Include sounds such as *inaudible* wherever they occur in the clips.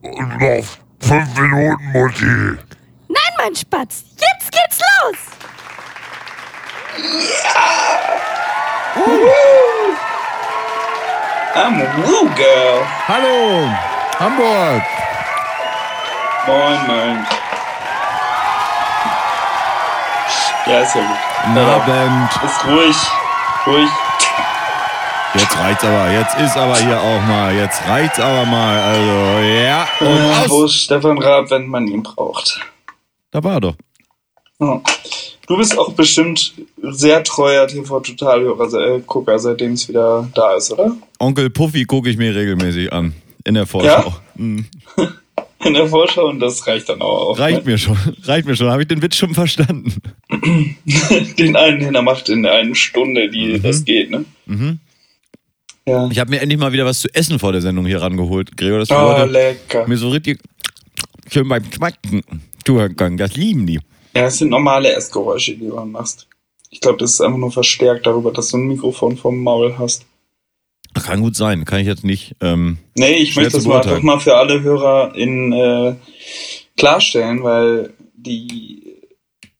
noch. Fünf Minuten, Mutti. Nein, mein Spatz, jetzt geht's los! I'm a woo girl. Hallo, Hamburg. Moin, moin. Ja, ist ja gut. Abend. Ist ruhig. Ruhig. Jetzt reicht's aber. Jetzt ist aber hier auch mal. Jetzt reicht's aber mal. Also, ja. Äh, Und wo aus. ist Stefan Raab, wenn man ihn braucht? Da war er doch. Ja. Du bist auch bestimmt sehr treuer TV-Total-Hörer, äh, Gucker, seitdem es wieder da ist, oder? Onkel Puffy gucke ich mir regelmäßig an. In der Vorschau. Hm. In der Vorschau und das reicht dann aber auch. Reicht mir schon. *laughs* Reicht mir schon. Habe ich den Witz schon verstanden? Ne? Den einen, den er macht in der einen Stunde, die das geht, ne? Mhm. Ja. Ich habe mir endlich mal wieder was zu essen vor der Sendung hier rangeholt, Gregor. Das Oh, wurde lecker. mir so richtig schön beim Schmecken zuhören können. Das lieben die. Ja, es sind normale Essgeräusche, die du dann machst. Ich glaube, das ist einfach nur verstärkt darüber, dass du ein Mikrofon vorm Maul hast. Kann gut sein. Kann ich jetzt nicht. Ähm, Nee, ich Schwer möchte das zu mal beurteilen. einfach mal für alle Hörer in äh, klarstellen, weil die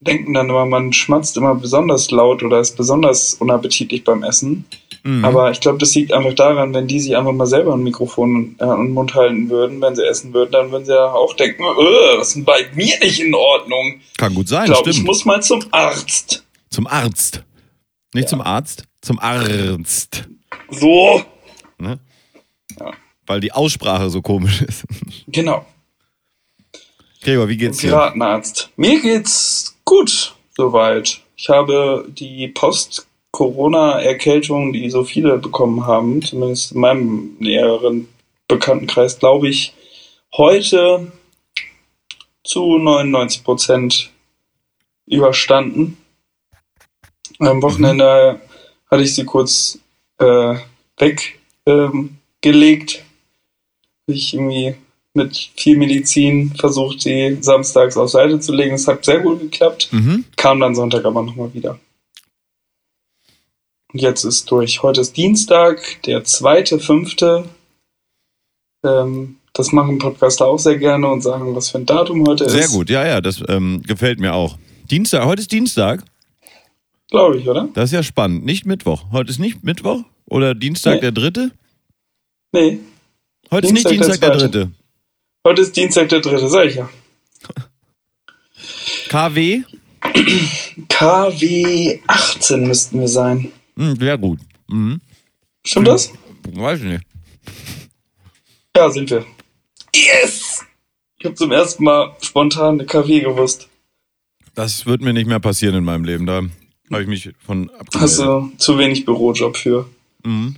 denken dann immer, man schmatzt immer besonders laut oder ist besonders unappetitlich beim Essen. mhm. Aber ich glaube, das liegt einfach daran, wenn die sich einfach mal selber ein Mikrofon äh, und Mund halten würden, wenn sie essen würden, dann würden sie ja auch denken, "Äh, was ist denn bei mir nicht in Ordnung? kann gut Ich sein. glaube, stimmt. ich muss mal zum Arzt. Zum Arzt. Nicht zum Arzt, zum Arzt. So, Ne? Ja. Weil die Aussprache so komisch *laughs* ist. genau. Gregor, wie geht's dir? Piratenarzt. Mir geht's gut soweit. Ich habe die Post-Corona-Erkältung, die so viele bekommen haben, zumindest in meinem näheren Bekanntenkreis, glaube ich, heute zu 99 Prozent überstanden. Am Wochenende hatte ich sie kurz äh, weggelegt. Ähm, gelegt. ich irgendwie mit viel Medizin versucht, sie samstags auf Seite zu legen. Es hat sehr gut geklappt. Mhm. Kam dann Sonntag aber nochmal wieder. Und jetzt ist durch. Heute ist Dienstag, der zweite, fünfte. Ähm, das machen Podcaster auch sehr gerne und sagen, was für ein Datum heute ist. Sehr gut, ja, ja, das ähm, gefällt mir auch. Dienstag, heute ist Dienstag. Glaube ich, oder? Das ist ja spannend. Nicht Mittwoch. Heute ist nicht Mittwoch oder Dienstag Nee. der dritte. Nee, Heute ist nicht Dienstag der Dienstag der zweite. dritte. heute ist Dienstag, der dritte, sag ich ja. KW? KW 18 müssten wir sein. Hm, sehr gut. Mhm. Stimmt das? Weiß ich nicht. Ja, sind wir. Yes! Ich habe zum ersten Mal spontan eine KW gewusst. Das wird mir nicht mehr passieren in meinem Leben. Da habe ich mich von abgemeldet. Hast du zu wenig Bürojob für. Mhm.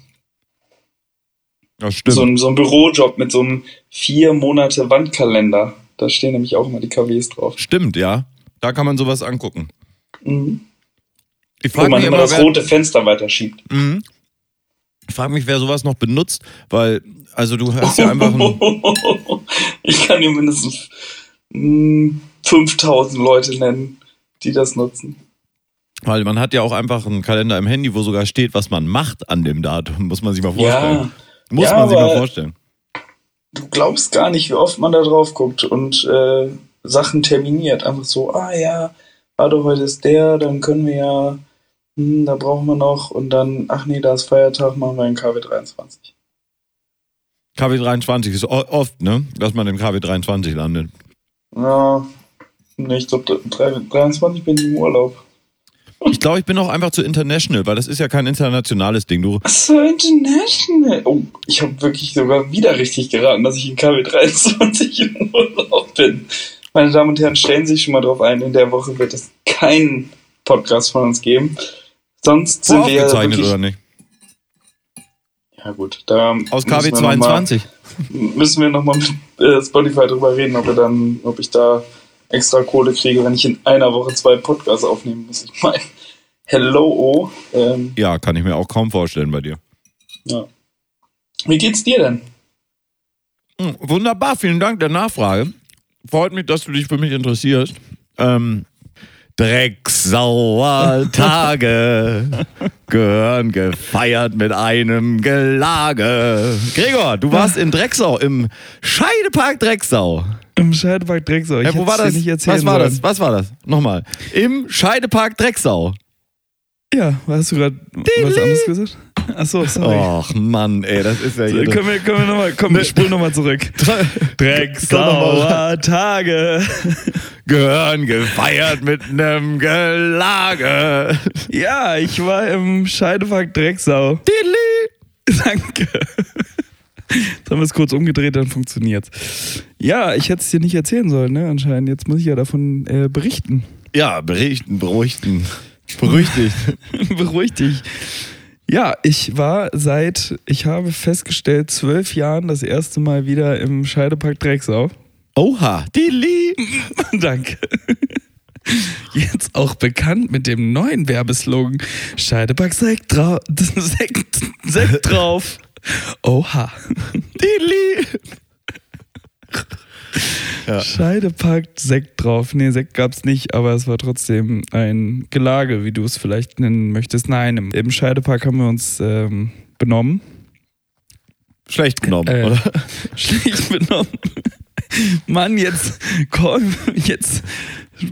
Das stimmt. So ein, so ein Bürojob mit so einem vier Monate Wandkalender. Da stehen nämlich auch immer die KWs drauf. Stimmt, ja. Da kann man sowas angucken. Mhm. Ich Wo frage man mich, immer immer, das wer- rote Fenster weiterschiebt. Mhm. Ich frag mich, wer sowas noch benutzt, weil, also du hast ja einfach *laughs* ein, ich kann dir mindestens mm, 5000 Leute nennen, die das nutzen. weil man hat ja auch einfach einen Kalender im Handy, wo sogar steht, was man macht an dem Datum. Muss man sich mal vorstellen. Ja, Muss Ja, man sich mal aber- vorstellen. du glaubst gar nicht, wie oft man da drauf guckt und äh, Sachen terminiert. Einfach so, ah ja, warte, heute ist der, dann können wir ja, hm, da brauchen wir noch und dann, ach nee, da ist Feiertag, machen wir einen KW 23. KW23 ist o- oft, ne? Dass man im KW23 landet. Ja, nee, ich glaube, 23 bin ich im Urlaub. Ich glaube, ich bin auch einfach zu international, weil das ist ja kein internationales Ding. Du, Achso, international. Oh, ich habe wirklich sogar wieder richtig geraten, dass ich in KW 23 im Urlaub bin. Meine Damen und Herren, stellen Sie sich schon mal drauf ein, in der Woche wird es keinen Podcast von uns geben. Sonst sind wir ja aufgezeichnet wirklich... oder nicht? Ja gut, da Aus müssen wir noch mal- KW22. müssen wir nochmal mit äh, Spotify drüber reden, ob, wir dann, ob ich da extra Kohle kriege, wenn ich in einer Woche zwei Podcasts aufnehmen muss. Ich meine, hello, oh, ähm, Ja, kann ich mir auch kaum vorstellen bei dir. ja. Wie geht's dir denn? Hm, Wunderbar, vielen Dank der Nachfrage. Freut mich, dass du dich für mich interessierst. *laughs* Ähm, Drecksauer Tage Gehirn gefeiert mit einem Gelage. Gregor, du warst in Drecksau, im Scheidepark Drecksau. Im Scheidewald Drecksau. Ich Ja, wo hätt's war dir das? Nicht erzählen Was war sollen. das? Was war das? Nochmal. Im Scheidepark Drecksau. Ja, hast du gerade was anderes gesagt? Achso, sorry. Och Mann, ey, das ist ja So, hier. Oh, *laughs* Können wir, können wir nochmal, komm, wir spulen nochmal *laughs* zurück. Drecksauer Tage. Gehirn gefeiert mit einem Gelage. Ja, ich war im Scheidepark Drecksau. *laughs* Danke. Jetzt haben wir es kurz umgedreht, dann funktioniert's. Ja, ich hätte es dir nicht erzählen sollen, ne, anscheinend. Jetzt muss ich ja davon äh, berichten. Ja, berichten, beruhigten. Berüchtigt. *laughs* Beruhig dich. Ja, ich war seit, ich habe festgestellt, zwölf Jahren das erste Mal wieder im Scheidepark Drecksau. Oha. Dili. *laughs* Danke. Jetzt auch bekannt mit dem neuen Werbeslogan: Scheidepark Sekt, drau *laughs* Sekt, Sekt drauf. Oha. Dili. Scheidepark Sekt drauf. Nee, Sekt gab's nicht, aber es war trotzdem ein Gelage, wie du es vielleicht nennen möchtest. Nein, im, im Scheidepark haben wir uns ähm, benommen. Schlecht genommen, Äh, oder? *laughs* Schlecht benommen. Mann, jetzt komm, jetzt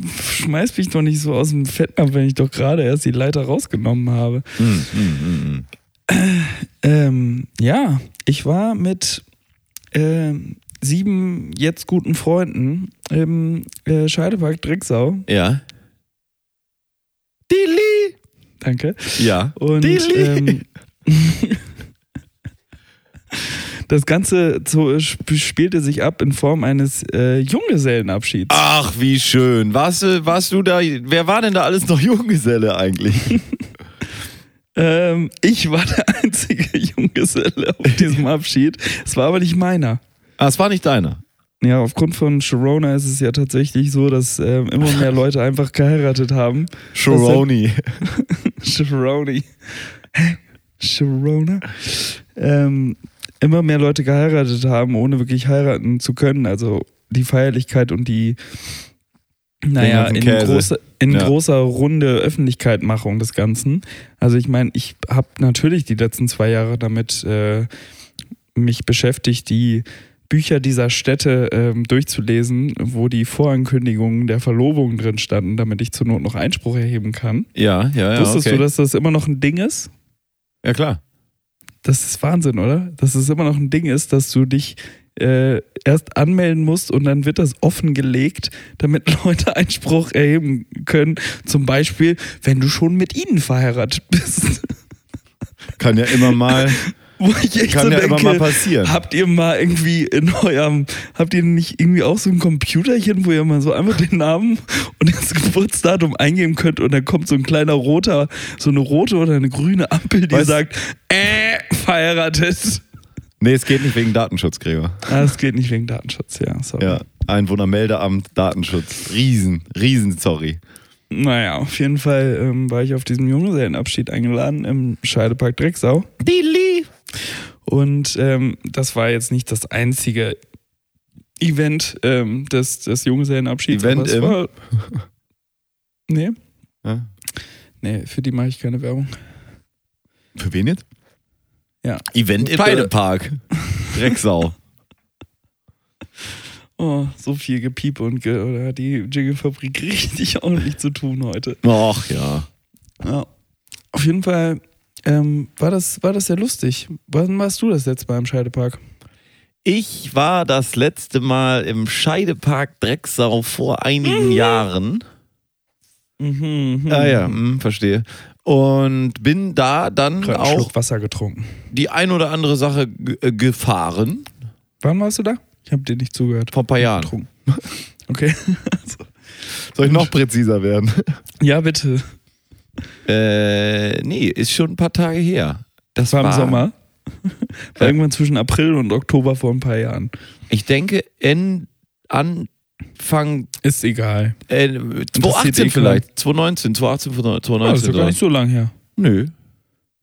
schmeiß mich doch nicht so aus dem Fett ab, wenn ich doch gerade erst die Leiter rausgenommen habe. Ähm, ja, ich war mit ähm, sieben jetzt guten Freunden im äh, Scheidepark Drecksau. Ja. Dili. Danke. Ja. Und ähm, *laughs* das Ganze zu, sp spielte sich ab in Form eines äh, Junggesellenabschieds. Ach, wie schön. Warst, du- warst du da? Wer war denn da alles noch *laughs* Junggeselle eigentlich? Ähm, ich war der *laughs* einzige Junggeselle auf diesem Abschied. Es war aber nicht meiner. Ah, es war nicht deiner. Ja, aufgrund von Sharona ist es ja tatsächlich so, dass ähm, immer mehr Leute einfach geheiratet haben. Sharoni. Sharoni. Hä? Sharona? Ähm, immer mehr Leute geheiratet haben, ohne wirklich heiraten zu können. Also die Feierlichkeit und die, naja, ganzen in, Käse. großer, in Ja. großer Runde Öffentlichkeitmachung des Ganzen. Also ich meine, ich habe natürlich die letzten zwei Jahre damit äh, mich beschäftigt, die Bücher dieser Städte ähm, durchzulesen, wo die Vorankündigungen der Verlobung drin standen, damit ich zur Not noch Einspruch erheben kann. Ja, ja, ja. Wusstest okay. du, dass das immer noch ein Ding ist? Ja, klar. Das ist Wahnsinn, oder? Dass es immer noch ein Ding ist, dass du dich äh, erst anmelden musst und dann wird das offengelegt, damit *laughs* Leute Einspruch erheben können. Zum Beispiel, wenn du schon mit ihnen verheiratet bist. Kann ja immer mal, Wo ich echt kann so ja denke, immer mal passieren. Habt ihr mal irgendwie in eurem, habt ihr nicht irgendwie auch so ein Computerchen, wo ihr mal so einfach den Namen und das Geburtsdatum eingeben könnt und dann kommt so ein kleiner roter, so eine rote oder eine grüne Ampel, die Weißt- sagt, äh, verheiratet. *laughs* Nee, es geht nicht wegen Datenschutz, Gregor. Ah, das geht nicht wegen Datenschutz, ja, sorry. Ja. Einwohnermeldeamt, Datenschutz. Riesen, riesen, sorry. Naja, auf jeden Fall ähm, war ich auf diesem Junggesellenabschied eingeladen im Scheidepark Drecksau. Dili. Und ähm, das war jetzt nicht das einzige Event ähm, des, des Junggesellenabschieds. Event aber es im- *laughs* War, nee, Ja. nee, für die mache ich keine Werbung. Für wen jetzt? Ja. Event im Beide. Park. *laughs* Drecksau. Oh, so viel Gepiepe und ge oder hat die Jingle-Fabrik *laughs* richtig ordentlich zu tun heute. Och ja. Ja. Auf jeden Fall ähm, war, das, war das sehr lustig. Wann warst du das letzte Mal im Scheidepark? Ich war das letzte Mal im Scheidepark Drecksau vor einigen Jahren. Mhm. Ah ja, hm, verstehe. Und bin da dann Gerade einen auch Schluck Wasser getrunken. die ein oder andere Sache g- äh, gefahren. Wann warst du da? Ich habe dir nicht zugehört. Vor ein paar Jahren. Getrunken. Okay. *laughs* Soll ich noch präziser werden? Ja, bitte. *laughs* Äh, nee, ist schon ein paar Tage her. Das War im war *laughs* Sommer. War Ja. irgendwann zwischen April und Oktober vor ein paar Jahren. Ich denke, in, Anfang Ist egal. äh, 2018 eh vielleicht. 2019, 2018, 2019. Ah, das ist ja gar nicht so lang her. Nö.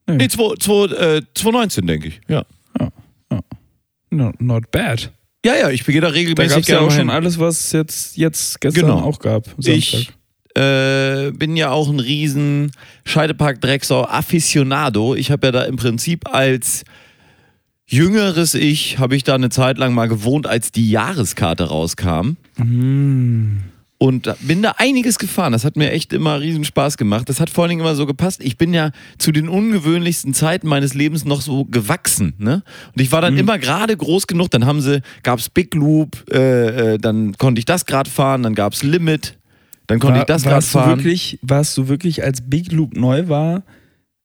Nö. Nee, 2, 2, äh, 2019, denke ich. Ja. No, not bad. Ja, ja, ich gehe da Da regelmäßig gab es ja gerne auch mal hin. schon alles, was es jetzt, jetzt gestern Genau. auch gab. Samstag. Ich äh, bin ja auch ein riesen Scheidepark Drecksau Aficionado. Ich habe ja da im Prinzip als jüngeres Ich, habe ich da eine Zeit lang mal gewohnt, als die Jahreskarte rauskam. Und bin da einiges gefahren. Das hat mir echt immer riesen Spaß gemacht. Das hat vor allen Dingen immer so gepasst. Ich bin ja zu den ungewöhnlichsten Zeiten meines Lebens noch so gewachsen. Ne? Und ich war Mhm. dann immer gerade groß genug. Dann haben sie, gab's Big Loop, äh, äh, dann konnte ich das gerade fahren, dann gab's Limit, dann konnte ich das gerade warst, du fahren. wirklich, warst du wirklich, als Big Loop neu war,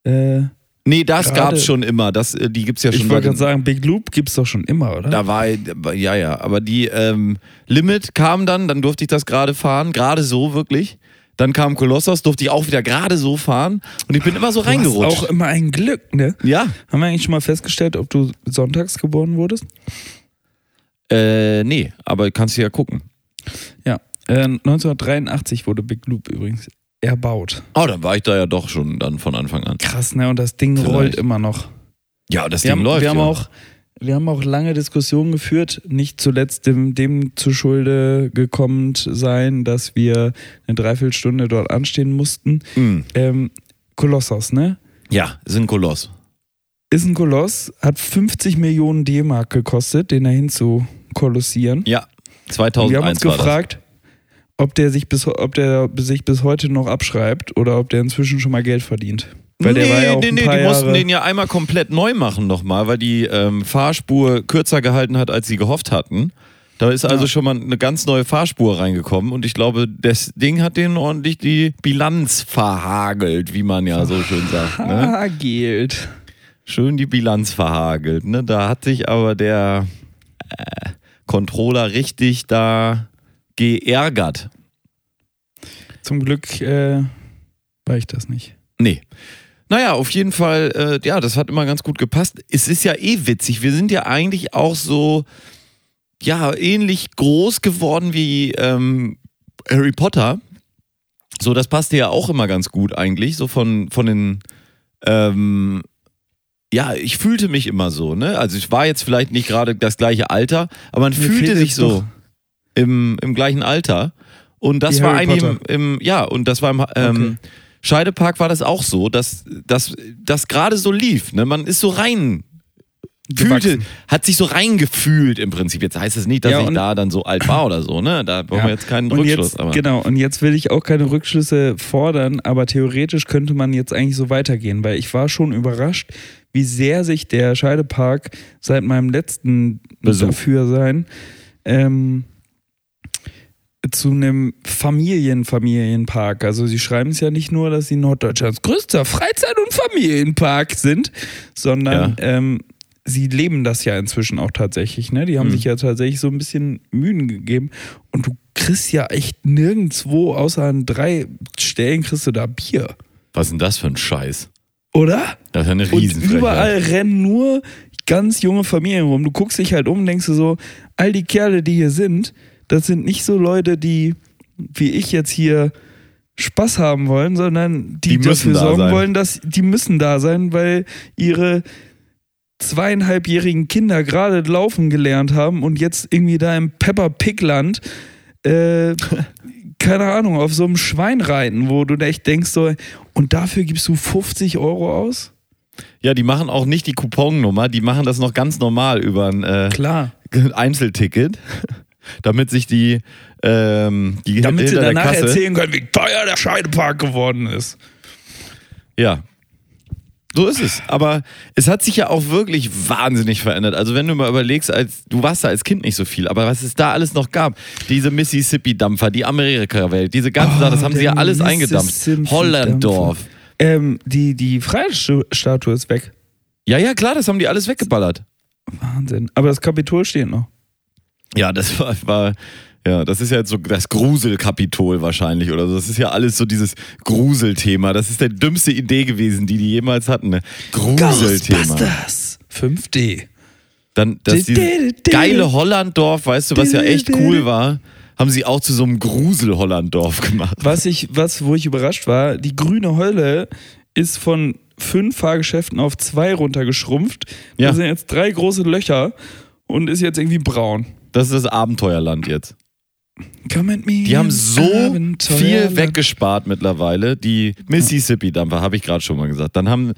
äh, Nee, das Gerade- gab's schon immer. Das, äh, die gibt's ja schon ich bei wollte den- gerade sagen, Big Loop gibt's doch schon immer, oder? Da war, ja, ja, aber die ähm, Limit kam dann, dann durfte ich das gerade fahren, gerade so wirklich. Dann kam Kolossos, durfte ich auch wieder gerade so fahren und ich bin immer so Du hast reingerutscht. auch immer ein Glück, ne? ja, Haben wir eigentlich schon mal festgestellt, ob du sonntags geboren wurdest? äh, nee, aber kannst du ja gucken. Ja. Äh, 1983 wurde Big Loop übrigens erbaut. Oh, dann war ich da ja doch schon dann von Anfang an. Krass, ne? Und das Ding Vielleicht. rollt immer noch. Ja, das wir Ding haben, läuft. wir haben ja. auch wir haben auch lange Diskussionen geführt, nicht zuletzt dem, dem zu Schulde gekommen sein, dass wir eine Dreiviertelstunde dort anstehen mussten. Mhm. Ähm, Kolossos, ne? ja, ist ein Koloss. Ist ein Koloss, hat 50 Millionen D-Mark gekostet, den dahin zu kolossieren. Ja, Und 2001 wir haben uns war gefragt, ob der, sich bis, ob der sich bis heute noch abschreibt oder ob der inzwischen schon mal Geld verdient. das. Weil der war ja auch nee, ein nee, paar die mussten Jahre, den ja einmal komplett neu machen nochmal, weil die ähm, Fahrspur kürzer gehalten hat, als sie gehofft hatten. Da ist also schon mal eine ganz neue Fahrspur reingekommen und ich glaube, das Ding hat denen ordentlich die Bilanz verhagelt, wie man ja so schön sagt. *laughs* Ne? Ah, Geld. Schön die Bilanz verhagelt. Ne? Da hat sich aber der äh, Controller richtig da geärgert. Zum Glück äh, war ich das nicht. Nee. Naja, auf jeden Fall, äh, ja, das hat immer ganz gut gepasst. Es ist ja eh witzig. Wir sind ja eigentlich auch so, ja, ähnlich groß geworden wie ähm, Harry Potter. So, das passte ja auch immer ganz gut eigentlich, so von, von den, ähm, ja, ich fühlte mich immer so, ne? Also ich war jetzt vielleicht nicht gerade das gleiche Alter, aber man Mir fühlte fehlt sich jetzt so noch- im, im gleichen Alter. Und das Wie war Harry eigentlich im, Potter. im, ja, und das war im ähm, Scheidepark war das auch so, dass dass das gerade so lief. Ne? Man ist so rein. Fühlte, Gewachsen. hat sich so reingefühlt im Prinzip. Jetzt heißt es nicht, dass Ja, ich und- da dann so alt war oder so, ne? Da brauchen Ja. wir jetzt keinen Und Rückschluss. jetzt, aber. Genau, und jetzt will ich auch keine Rückschlüsse fordern, aber theoretisch könnte man jetzt eigentlich so weitergehen, weil ich war schon überrascht, wie sehr sich der Scheidepark seit meinem letzten Besuch. Dafürsein ähm, zu einem Familien-Familienpark. Also sie schreiben es ja nicht nur, dass sie Norddeutschlands größter Freizeit- und Familienpark sind, sondern ähm, sie leben das ja inzwischen auch tatsächlich. Ne? Die haben sich ja tatsächlich so ein bisschen Mühen gegeben. Und du kriegst ja echt nirgendwo, außer an drei Stellen, kriegst du da Bier. Was ist denn das für ein Scheiß? Oder? Das ist ja eine Und Riesenfrechheit. überall rennen nur ganz junge Familien rum. Du guckst dich halt um und denkst dir so, all die Kerle, die hier sind, das sind nicht so Leute, die wie ich jetzt hier Spaß haben wollen, sondern die, Die müssen dafür da sorgen sein. wollen, dass die müssen da sein, weil ihre zweieinhalbjährigen Kinder gerade laufen gelernt haben und jetzt irgendwie da im Pepper Pig Land äh, *laughs* keine Ahnung, auf so einem Schwein reiten, wo du echt denkst so, und dafür gibst du 50 Euro aus? Ja, die machen auch nicht die Couponnummer, die machen das noch ganz normal über ein äh, Klar. Einzelticket, *laughs* damit sich die, ähm, die Damit sie hinter der danach Kasse, erzählen können, wie teuer der Scheidepark geworden ist. Ja. So ist es. Aber es hat sich ja auch wirklich wahnsinnig verändert. Also wenn du mal überlegst, als du warst da als Kind nicht so viel, aber was es da alles noch gab, diese Mississippi-Dampfer, die Amerika-Welt, diese ganzen Sachen, das haben sie ja der alles eingedampft. Mississippi-Dampfer. Hollanddorf. Ähm, die, die Freiheitsstatue ist weg. Ja, ja, klar, das haben die alles weggeballert. Wahnsinn. Aber das Kapitol steht noch. Ja, das war, war ja, das ist ja jetzt so das Gruselkapitol wahrscheinlich oder so. Das ist ja alles so dieses Gruselthema. Das ist der dümmste Idee gewesen, die die jemals hatten. Ne? Gruselthema. Ghostbusters 5D. Dann das dieses geile Hollanddorf, weißt du, was ja echt cool war, haben sie auch zu so einem Grusel-Hollanddorf gemacht. Was ich, was, wo ich überrascht war, die grüne Hölle ist von fünf Fahrgeschäften auf zwei runtergeschrumpft. Ja. Da sind jetzt drei große Löcher und ist jetzt irgendwie braun. Das ist das Abenteuerland jetzt. Come at me. Die haben so Abenteuer- viel weggespart mittlerweile. Die Mississippi-Dampfer, habe ich gerade schon mal gesagt. Dann, haben-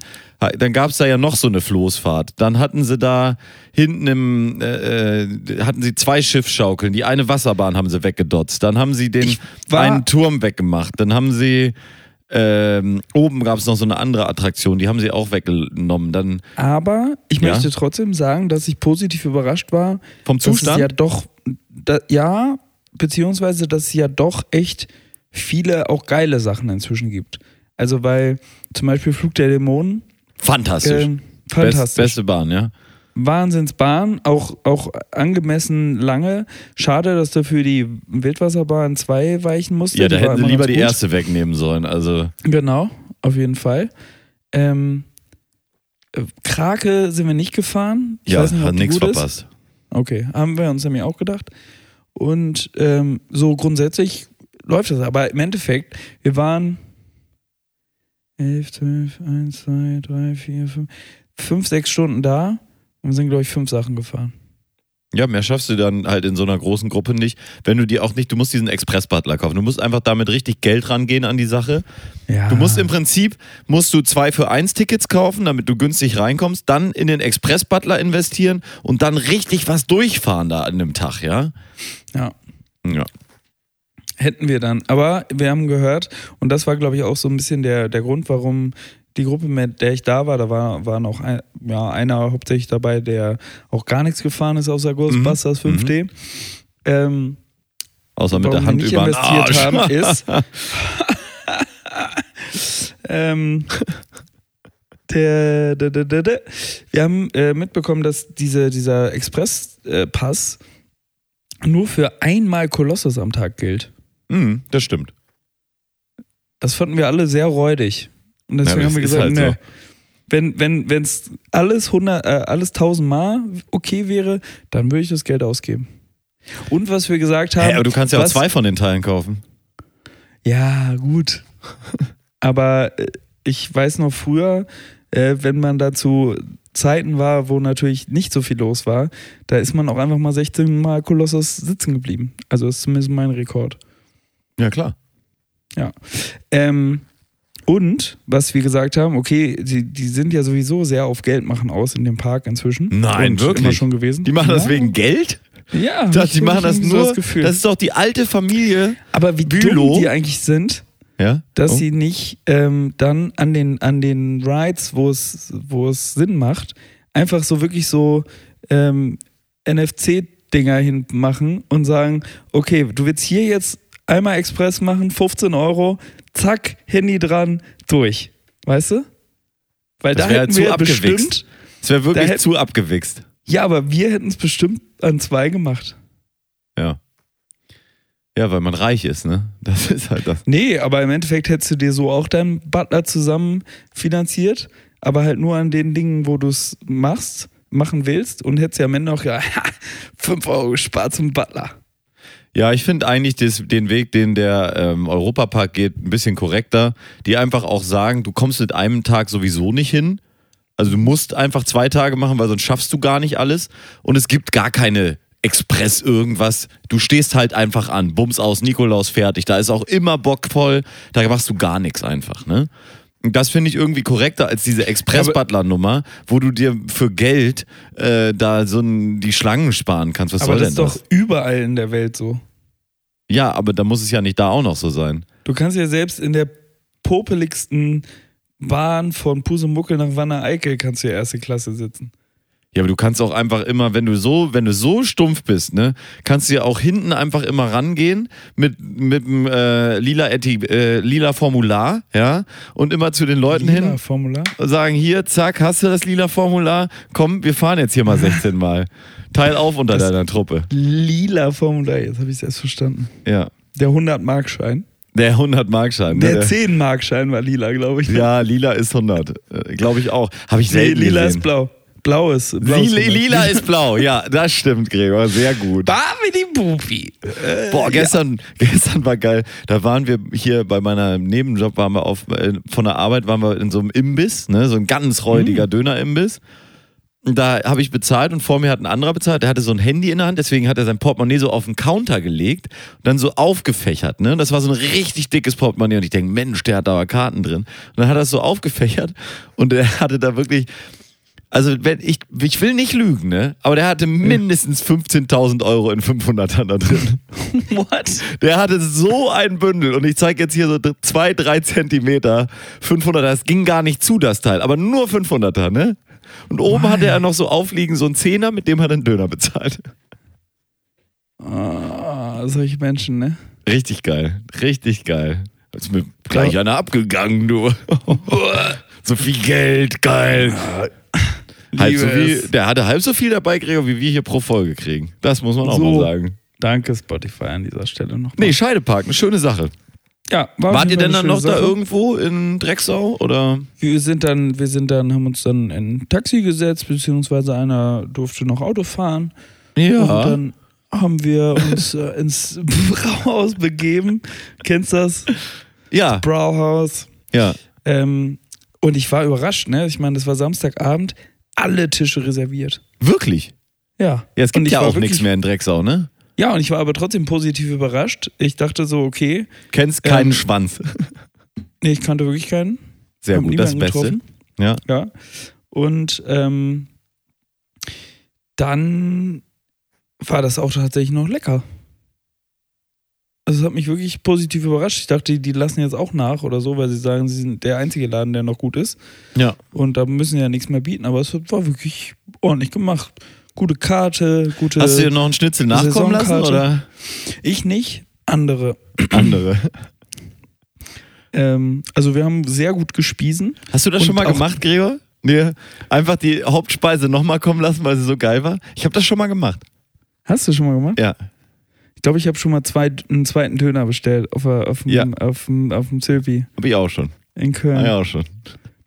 dann gab es da ja noch so eine Floßfahrt. Dann hatten sie da hinten im, äh, äh, hatten sie zwei Schiffschaukeln. Die eine Wasserbahn haben sie weggedotzt. Dann haben sie den Ich war- einen Turm weggemacht. Dann haben sie, ähm, oben gab es noch so eine andere Attraktion. Die haben sie auch weggenommen. Dann Aber ich Ja. möchte trotzdem sagen, dass ich positiv überrascht war. Vom Dass Zustand? es ja doch, da, ja, beziehungsweise, dass es ja doch echt viele auch geile Sachen inzwischen gibt. Also, weil zum Beispiel Flug der Dämonen, fantastisch. ähm, Best- fantastisch. beste Bahn, ja. Wahnsinnsbahn, auch, auch angemessen lange. Schade, dass dafür die Wildwasserbahn 2 weichen musste. Ja, da Die war hätten sie immer lieber die ganz gut. erste wegnehmen sollen. Also. Genau, auf jeden Fall. Ähm, äh, Krake sind wir nicht gefahren. Ich ja, weiß nicht, ob hat die nichts gut Ist. verpasst. Okay, haben wir uns nämlich auch gedacht. Und ähm, so grundsätzlich läuft das. Aber im Endeffekt, wir waren 11, 12, 1, 2, 3, 4, 5, 5, 6 Stunden da und sind, glaube ich, fünf Sachen gefahren. Ja, mehr schaffst du dann halt in so einer großen Gruppe nicht, wenn du dir auch nicht, du musst diesen Express-Butler kaufen. Du musst einfach damit richtig Geld rangehen an die Sache. Ja. Du Ah. musst im Prinzip, musst du zwei für eins Tickets kaufen, damit du günstig reinkommst, dann in den Express-Butler investieren und dann richtig was durchfahren da an dem Tag, ja? Ja. Ja. Hätten wir dann. Aber wir haben gehört, und das war, glaube ich, auch so ein bisschen der, der Grund, warum die Gruppe, mit der ich da war, da war, waren auch ein, ja, einer hauptsächlich dabei, der auch gar nichts gefahren ist außer Mhm. Ghostbusters 5D. Ähm, Außer mit warum der Hand wir nicht über den investiert Arsch. haben, *laughs* ist. ähm, der, der, der, der, der. Wir haben äh, mitbekommen, dass diese, dieser Expresspass äh, Pass nur für einmal Kolossus am Tag gilt. Mhm, das stimmt. Das fanden wir alle sehr räudig. Und deswegen Ja, haben wir das gesagt, ist nee. halt Wenn wenn wenn's alles 100 äh, alles 1000 mal okay wäre, dann würde ich das Geld ausgeben. Und was wir gesagt haben, Hä, aber du kannst ja auch Ähm, was- zwei von den Teilen kaufen. Ja, gut. *laughs* Aber äh, ich weiß noch früher, äh, wenn man dazu Zeiten war, wo natürlich nicht so viel los war, da ist man auch einfach mal 16 Mal Kolossus sitzen geblieben. Also das ist zumindest mein Rekord. Ja, klar. Ähm, und was wir gesagt haben, okay, die, die sind ja sowieso sehr auf Geld machen aus in dem Park inzwischen. Nein, und wirklich? Immer schon gewesen. Die machen ja. das wegen Geld? Ja, Das, die hab machen das irgendwie so nur, Das, Gefühl. das ist doch die alte Familie. Aber wie Bülow. dumm die eigentlich sind, Ja? dass Oh. sie nicht ähm, dann an den, an den Rides, wo es, wo es Sinn macht, einfach so wirklich so ähm, NFC-Dinger hinmachen und sagen, okay, du willst hier jetzt einmal Express machen, 15 Euro, zack, Handy dran, durch. Weißt du? Weil Das da wär hätten zu wir abgewichst. bestimmt, Das wäre wirklich Da hätt- zu abgewichst. ja, aber wir hätten es bestimmt an zwei gemacht. Ja. Ja, weil man reich ist, ne? Das ist halt das. Nee, aber im Endeffekt hättest du dir so auch deinen Butler zusammen finanziert, aber halt nur an den Dingen, wo du es machst, machen willst und hättest ja am Ende auch ja *laughs* 5 Euro gespart zum Butler. Ja, ich finde eigentlich des, den Weg, den der ähm, Europapark geht, ein bisschen korrekter. Die einfach auch sagen, du kommst mit einem Tag sowieso nicht hin. Also du musst einfach zwei Tage machen, weil sonst schaffst du gar nicht alles. Und es gibt gar keine Express irgendwas. Du stehst halt einfach an, bums aus, Nikolaus fertig. Da ist auch immer Bock voll. Da machst du gar nichts einfach, ne? Und Das finde ich irgendwie korrekter als diese Express-Butler-Nummer, wo du dir für Geld äh, da so n, die Schlangen sparen kannst. Was aber soll das denn ist das? doch überall in der Welt so. Ja, aber da muss es ja nicht da auch noch so sein. Du kannst ja selbst in der popeligsten Bahn von Pusemuckel nach Wanne-Eickel kannst du ja erste Klasse sitzen. Ja, aber du kannst auch einfach immer, wenn du so, wenn du so stumpf bist, ne, kannst du ja auch hinten einfach immer rangehen mit mit dem äh, lila Eti, äh, lila Formular, ja, und immer zu den Leuten hin Formular? und sagen hier, zack, hast du das lila Formular? Komm, wir fahren jetzt hier mal 16 Mal. Teil auf unter Das- deiner Truppe. Lila Formular, jetzt habe ich es erst verstanden. Ja. Der 100-Markschein. Der 100 Mark Schein. ne? Der 10-Markschein war lila, glaube ich. Ja, lila ist 100, äh, glaube ich auch. Habe ich selten lila gesehen. ist blau. Blau ist. Blau Lila, lila ist blau, ja, das stimmt, Gregor, sehr gut. Babidi Bubi. Boah, gestern, gestern war geil. Da waren wir hier bei meiner Nebenjob, waren wir auf, äh, von der Arbeit waren wir in so einem Imbiss, ne, so ein ganz räudiger Dönerimbiss. da habe ich bezahlt und vor mir hat ein anderer bezahlt, der hatte so ein Handy in der Hand, deswegen hat er sein Portemonnaie so auf den Counter gelegt und dann so aufgefächert, ne? Das war so ein richtig dickes Portemonnaie und ich denke, Mensch, der hat da aber Karten drin. Und dann hat er es so aufgefächert und er hatte da wirklich, also wenn ich, ich will nicht lügen, ne? Aber der hatte mindestens 15.000 Euro in 500 da drin. What? Der hatte so ein Bündel und ich zeige jetzt hier so d- zwei, drei Zentimeter 500er. Das ging gar nicht zu, das Teil, aber nur 500er, ne? Und oben hatte er noch so aufliegen, so einen Zehner, mit dem hat er einen Döner bezahlt. Ah, solche Menschen, ne? Richtig geil, richtig geil. Ist mir gleich einer abgegangen, du. *laughs* so viel Geld, geil. Halb so Liebes. viel, der hatte halb so viel dabei, Gregor, wie wir hier pro Folge kriegen. Das muss man auch mal So. sagen. Danke, Spotify, an dieser Stelle nochmal. Nee, Scheidepark, eine schöne Sache. ja, war auf Wart jeden ihr denn Fall eine dann schöne noch da Sache. irgendwo in Drecksau oder? Wir sind dann, wir sind dann, haben uns dann in ein Taxi gesetzt, beziehungsweise einer durfte noch Auto fahren. Und dann haben wir uns äh, ins *laughs* Brauhaus begeben. Kennst das? ja, Brauhaus. ja. Ähm, und ich war überrascht, ne? Ich meine, das war Samstagabend, alle Tische reserviert. Wirklich? Ja. Ja, es Und gibt ich ja war auch nichts wirklich- mehr in Drecksau, ne? Ja, und ich war aber trotzdem positiv überrascht. Ich dachte so, okay, Kennst keinen Ähm, Schwanz. *laughs* nee, ich kannte wirklich keinen. Sehr Hab gut, das niemanden Beste. getroffen. Ja. Ja. Und ähm, dann war das auch tatsächlich noch lecker. Also es hat mich wirklich positiv überrascht. Ich dachte, die, die lassen jetzt auch nach oder so, weil sie sagen, sie sind der einzige Laden, der noch gut ist. Ja. Und da müssen sie ja nichts mehr bieten. Aber es war wirklich ordentlich gemacht. Gute Karte, gute. Hast du dir noch einen Schnitzel nachkommen lassen oder *clears throat* Saisonkarte. ich nicht, andere. andere? Ähm, also wir haben sehr gut gespiesen. Hast du das Und schon mal auch- gemacht, Gregor? Nee, einfach die Hauptspeise nochmal kommen lassen, weil sie so geil war. Ich habe das schon mal gemacht. Hast du schon mal gemacht? Ja. Ich glaube, ich habe schon mal zwei, einen zweiten Döner bestellt auf, der- auf, dem, Ja. auf, dem, auf dem Silvi Hab ich auch schon. in Ja. Köln. ja, auch schon.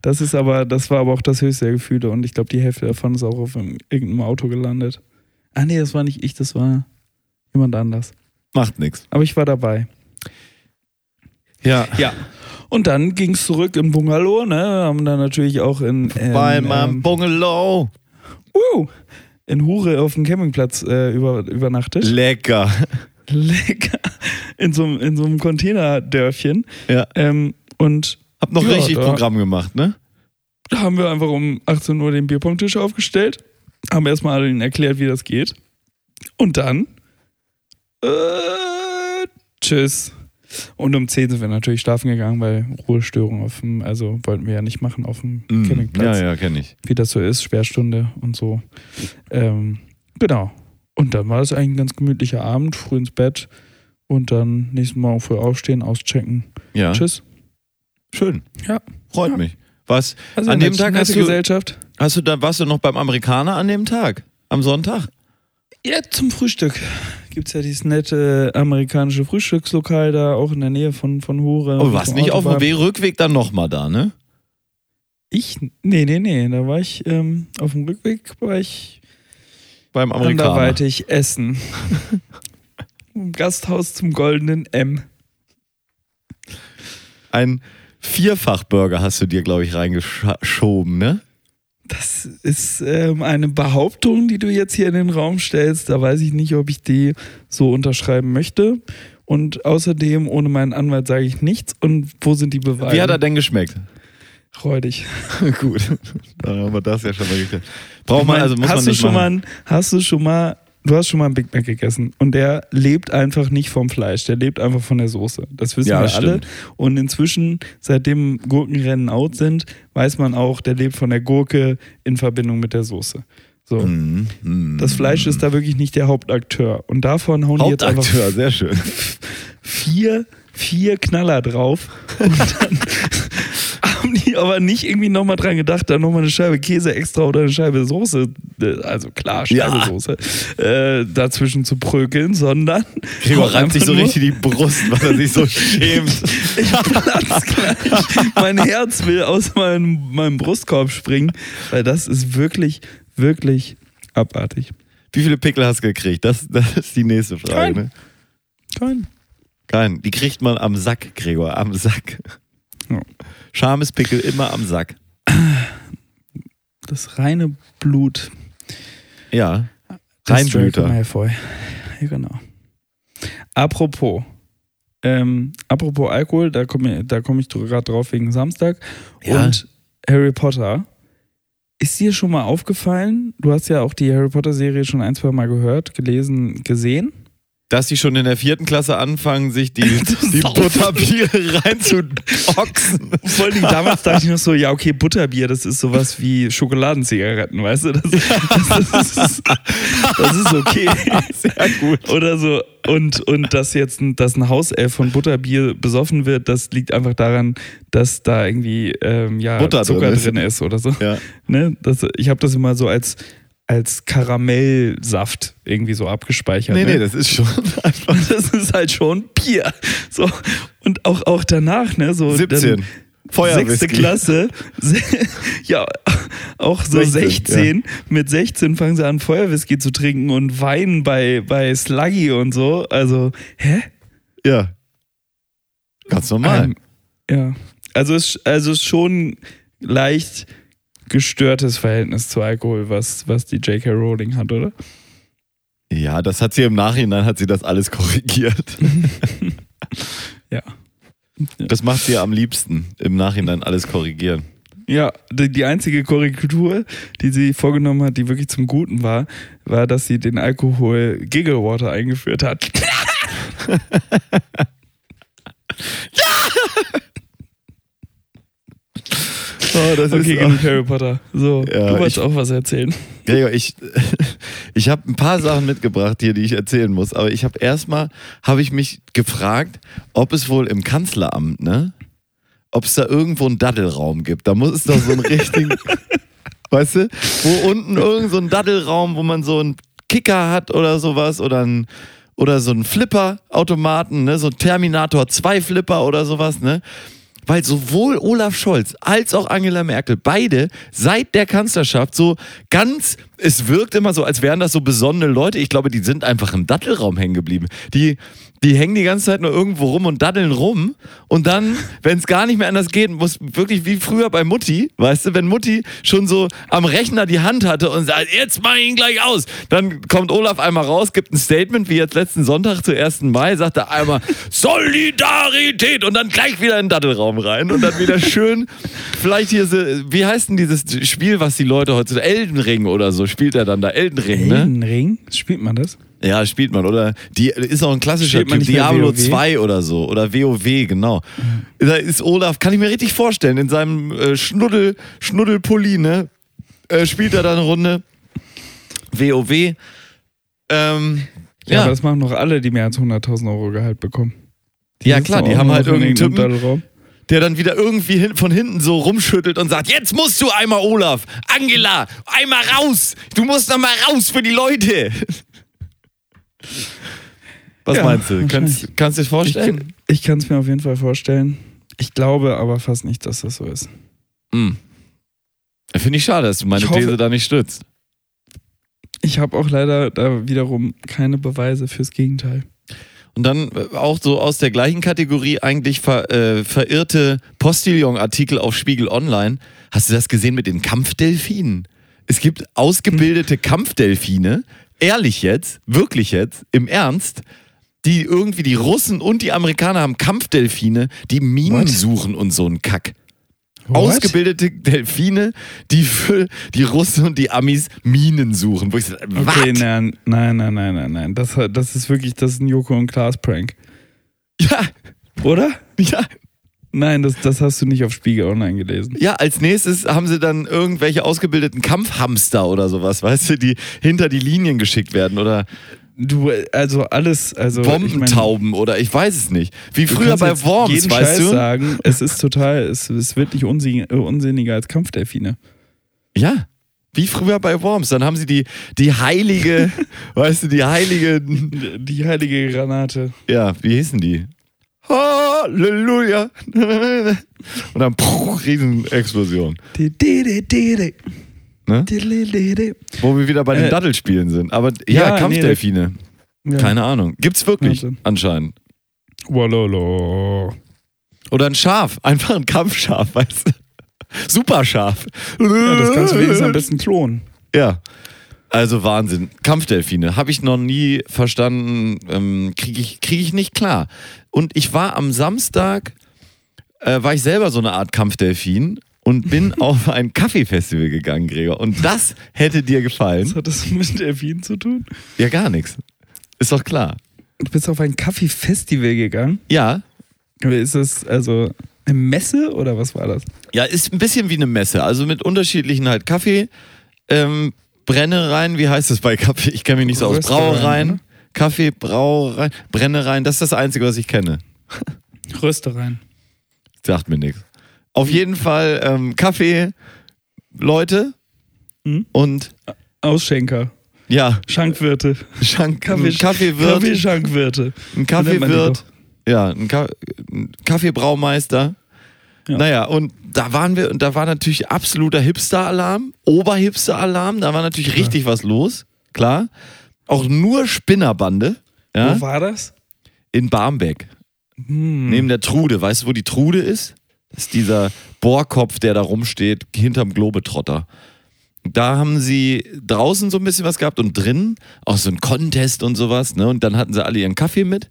Das ist aber, das war aber auch das höchste der Gefühle und ich glaube, die Hälfte davon ist auch auf einem- irgendeinem Auto gelandet. Ah nee, das war nicht ich, das war jemand anders. Macht nichts. Aber ich war dabei. Ja. Ja. Und dann ging es zurück im Bungalow, ne? Haben dann natürlich auch in, in, Bei meinem ähm, Bungalow. uh, in Hure auf dem Campingplatz äh, über, übernachtet. Lecker. *laughs* Lecker. In so, einem- in so einem Containerdörfchen. Ja. Ähm, und Hab noch Ja, richtig da- Programm gemacht, ne? Da haben wir einfach um 18 Uhr den Bierpong-Tisch aufgestellt, haben erstmal allen erklärt, wie das geht. Und dann. Äh, tschüss. Und um 10 sind wir natürlich schlafen gegangen, weil Ruhestörung auf dem, also wollten wir ja nicht machen auf dem Mm. Campingplatz. Ja, ja, kenne ich. Wie das so ist, Sperrstunde und so. Ähm, genau. Und dann war das eigentlich ein ganz gemütlicher Abend, früh ins Bett und dann nächsten Morgen früh aufstehen, auschecken. Ja. Tschüss. Schön. Ja. Freut Ja. mich. Was? Also An nett- dem Tag nette hast du- Gesellschaft. Hast du da, warst du noch beim Amerikaner an dem Tag? Am Sonntag? Ja, zum Frühstück gibt es ja dieses nette äh, amerikanische Frühstückslokal da, auch in der Nähe von, von Hure. Oh, du warst nicht auf dem Autobahn. Weg- Rückweg dann nochmal da, ne? Ich, nee, nee, nee, da war ich ähm, auf dem Rückweg, war ich Beim Amerikaner. anderweitig essen. Im Gasthaus zum goldenen M. Ein Vierfach-Burger hast du dir, glaube ich, reingeschoben, ne? Das ist ähm, eine Behauptung, die du jetzt hier in den Raum stellst. Da weiß ich nicht, ob ich die so unterschreiben möchte. Und außerdem, ohne meinen Anwalt sage ich nichts. Und wo sind die Beweise? Wie hat er denn *laughs* geschmeckt? Räudig. Gut. Dann haben wir das ja schon mal geklärt. Braucht man, Ich also muss hast man du nicht schon machen. mal, ein- hast du schon mal, du hast schon mal einen Big Mac gegessen und der lebt einfach nicht vom Fleisch, der lebt einfach von der Soße. Das wissen Ja, wir das alle. stimmt. Und inzwischen, seitdem Gurkenrennen out sind, weiß man auch, der lebt von der Gurke in Verbindung mit der Soße. So. Mhm, mhm. Das Fleisch ist da wirklich nicht der Hauptakteur. Und davon hauen die jetzt Hauptakteur, einfach sehr *laughs* schön. vier, vier Knaller drauf. Und dann *laughs* haben die aber nicht irgendwie nochmal dran gedacht, da nochmal eine Scheibe Käse extra oder eine Scheibe Soße, äh, also klar, Scheibe Ja. Soße, äh, dazwischen zu prökeln, sondern. Gregor reibt sich so einfach nur, richtig die Brust, weil er sich so schämt. *laughs* Ich platz gleich. mein Herz will aus meinem, meinem Brustkorb springen, weil das ist wirklich, wirklich abartig. Wie viele Pickel hast du gekriegt? Das, das ist die nächste Frage. Keinen. Ne? Kein. Kein. Die kriegt man am Sack, Gregor, am Sack. Ja. Schamespickel immer am Sack. Das reine Blut. Ja. des Reinblüter. Draco Malfoy. Ja, genau. Apropos. Ähm, apropos Alkohol, da komme da komm ich gerade drauf wegen Samstag. Ja. Und Harry Potter. Ist dir schon mal aufgefallen? Du hast ja auch die Harry Potter-Serie schon ein, zwei Mal gehört, gelesen, gesehen. Dass die schon in der vierten Klasse anfangen, sich *laughs* die, die saufen. *laughs* Butterbiere reinzuochsen. Vor allem damals dachte ich noch so, ja, okay, Butterbier, das ist sowas wie Schokoladenzigaretten, weißt du? Das, das, ist, das ist okay. *laughs* Sehr gut. Oder so. Und, und dass jetzt ein, dass ein Hauself von Butterbier besoffen wird, das liegt einfach daran, dass da irgendwie ähm, ja, Butter drin Zucker drin ist. ist, oder so. Ja. Ne? Das, ich habe das immer so als, als Karamellsaft irgendwie so abgespeichert. Nee, ne? nee, das ist schon *laughs* einfach. Und *laughs* das ist halt schon Bier. So. Und auch, auch danach, ne? So, dann- 17. Sechste Feuerwhisky. Klasse. Se *laughs* ja, auch so 16, 16. Mit 16 fangen sie an, Feuerwhisky zu trinken und Wein bei, bei Sluggy und so. Also, hä? Ja. Ganz normal. Ähm, ja. Also es also es ist schon leicht gestörtes Verhältnis zu Alkohol, was, was die J.K. Rowling hat, oder? ja, das hat sie im Nachhinein, hat sie das alles korrigiert. *laughs* Ja. Das macht sie am liebsten, im Nachhinein alles korrigieren. Ja, die, die einzige Korrektur, die sie vorgenommen hat, die wirklich zum Guten war, war, dass sie den Alkohol Giggle Water eingeführt *laughs* hat. Oh, das Okay, genug Harry Potter. So, Ja, du wolltest ich- auch was erzählen. Gregor, ich, *laughs* ich habe ein paar Sachen mitgebracht hier, die ich erzählen muss. Aber ich habe erstmal, habe ich mich gefragt, ob es wohl im Kanzleramt, ne? Ob es da irgendwo einen Daddelraum gibt. Da muss es doch so einen richtigen, weißt du, wo unten irgend so ein Daddelraum, wo man so einen Kicker hat oder sowas oder ein oder so einen Flipper-Automaten, ne? so ein Terminator 2 Flipper oder sowas, ne? Weil sowohl Olaf Scholz als auch Angela Merkel beide seit der Kanzlerschaft so ganz, es wirkt immer so, als wären das so besondere Leute. Ich glaube, die sind einfach im Dattelraum hängen geblieben. Die, die hängen die ganze Zeit nur irgendwo rum und daddeln rum. Und dann, *laughs* wenn es gar nicht mehr anders geht, muss wirklich wie früher bei Mutti, weißt du, wenn Mutti schon so am Rechner die Hand hatte und sagt, jetzt mach ich ihn gleich aus. Dann kommt Olaf einmal raus, gibt ein Statement, wie jetzt letzten Sonntag zu 1. Mai, sagt er einmal Solidarität und dann gleich wieder in den Dattelraum rein und dann wieder schön, vielleicht hier, so, wie heißt denn dieses Spiel, was die Leute heutzutage, Elden Ring oder so, spielt er dann da, Elden Ring, ne? Ring? Spielt man das? Ja, spielt man, oder? Die ist auch ein klassischer Spielt man Typ, nicht mehr Diablo WoW? 2 oder so, oder WoW, genau. Da ist Olaf, kann ich mir richtig vorstellen, in seinem äh, Schnuddel, Schnuddelpulli, ne? Äh, spielt er da eine Runde WoW. Ähm, Ja, ja, aber das machen noch alle, die mehr als 100.000 Euro Gehalt bekommen. Ja, sitzen klar, die auch haben nur halt noch in irgendeinen irgendeinem Dattelraum. der dann wieder irgendwie hin, von hinten so rumschüttelt und sagt, jetzt musst du einmal, Olaf, Angela, einmal raus. Du musst einmal raus für die Leute. *laughs* Was Ja, meinst du? Kannst, wahrscheinlich. kannst du dir Ich, vorstellen? ich kann es mir auf jeden Fall vorstellen. Ich glaube aber fast nicht, dass das so ist. Hm. Finde ich schade, dass du meine Ich hoffe- These da nicht stützt. Ich habe auch leider da wiederum keine Beweise fürs Gegenteil. Und dann äh, auch so aus der gleichen Kategorie eigentlich ver, äh, verirrte Postillon-Artikel auf Spiegel Online. Hast du das gesehen mit den Kampfdelfinen? Es gibt ausgebildete Kampfdelfine, ehrlich jetzt, wirklich jetzt, im Ernst, die irgendwie die Russen und die Amerikaner haben Kampfdelfine, die Minen What? suchen und so einen Kack. Ausgebildete Delfine, die für die Russen und die Amis Minen suchen. Wo ich sage, Okay, ne. "Wat?" nein, nein, nein, nein, nein, nein. Das, hat- das ist wirklich, das ist ein Joko und Klaas Prank. Ja, Oder? ja, Nein, das, das hast du nicht auf Spiegel Online gelesen. Ja, als nächstes haben sie dann irgendwelche ausgebildeten Kampfhamster oder sowas, weißt du, die hinter die Linien geschickt werden oder Du, also alles, also. ich meine, Bombentauben oder ich weiß es nicht. Wie du früher kannst bei jetzt Worms, jeden weißt Scheiß du? sagen, es ist total, es, es wird nicht unsinn, äh, unsinniger als Kampfdelfine. Ja. Wie früher bei Worms. Dann haben sie die, die *laughs* heilige, weißt du, die heilige, Die heilige Granate. ja, wie hießen die? Halleluja! Und dann, puh, Riesenexplosion. Di- di- di- di- di. Ne? Di- di- di- di. Wo wir wieder bei den Äh, Daddelspielen sind. Aber ja, ja, nee, Kampfdelfine. Ja. Keine Ahnung. Gibt's wirklich, Wahnsinn. anscheinend. Walolo. *laughs* Oder ein Schaf, einfach ein Kampfschaf, weißt du? Super *laughs* scharf. Ja, das kannst du wenigstens am besten klonen. Ja. Also Wahnsinn. Kampfdelfine habe ich noch nie verstanden. Ähm, Kriege ich, krieg ich nicht klar. Und ich war am Samstag, äh, war ich selber so eine Art Kampfdelfin und *laughs* bin auf ein Kaffeefestival gegangen, Gregor. Und das hätte dir Was gefallen. hat das mit Delfinen zu tun? Ja, gar nichts. Ist doch klar. Du bist auf ein Kaffee-Festival gegangen. Ja. Ist es also eine Messe oder was war das? Ja, ist ein bisschen wie eine Messe. Also mit unterschiedlichen halt Kaffee, ähm, Brennereien, wie heißt das bei Kaffee? Ich kenne mich nicht so aus. Röstereien, Brauereien, ne? Kaffee, Brauereien, Brennereien, das ist das Einzige, was ich kenne. Röste rein. Sagt mir nichts. Auf jeden Fall ähm, Kaffee, Leute Mhm. und Ausschenker, ja, *laughs* Schankwirte, Schank, Kaffee- ein Kaffeewirt, Kaffeeschankwirte. ein nennt man die Kaffeewirt, doch. ja, ein, Ka ein Kaffeebraumeister. Ja. Naja, und da waren wir, und da war natürlich absoluter Hipster-Alarm, Oberhipster-Alarm, da war natürlich richtig was los, klar. Auch nur Spinnerbande, ja, Wo war das? in Barmbek, Hm. neben der Trude. Weißt du, wo die Trude ist? Das ist dieser Bohrkopf, der da rumsteht, hinterm Globetrotter. Da haben sie draußen so ein bisschen was gehabt und drinnen auch so ein Contest und sowas, ne? Und dann hatten sie alle ihren Kaffee mit.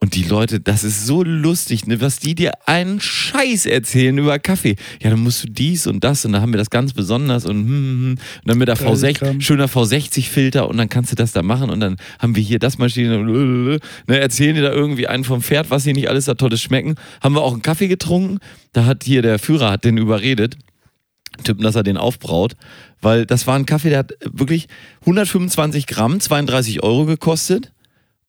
Und die Leute, das ist so lustig, ne, was die dir einen Scheiß erzählen über Kaffee. Ja, dann musst du dies und das und dann haben wir das ganz besonders und, hm, hm, hm. und dann mit der Geil, V6, Kram. schöner V60-Filter und dann kannst du das da machen und dann haben wir hier das Maschine, ne, erzählen dir da irgendwie einen vom Pferd, was hier nicht alles da tolles schmecken. Haben wir auch einen Kaffee getrunken, da hat hier der Führer hat den überredet, Typen, dass er den aufbraut, weil das war ein Kaffee, der hat wirklich 125 Gramm, 32 Euro gekostet.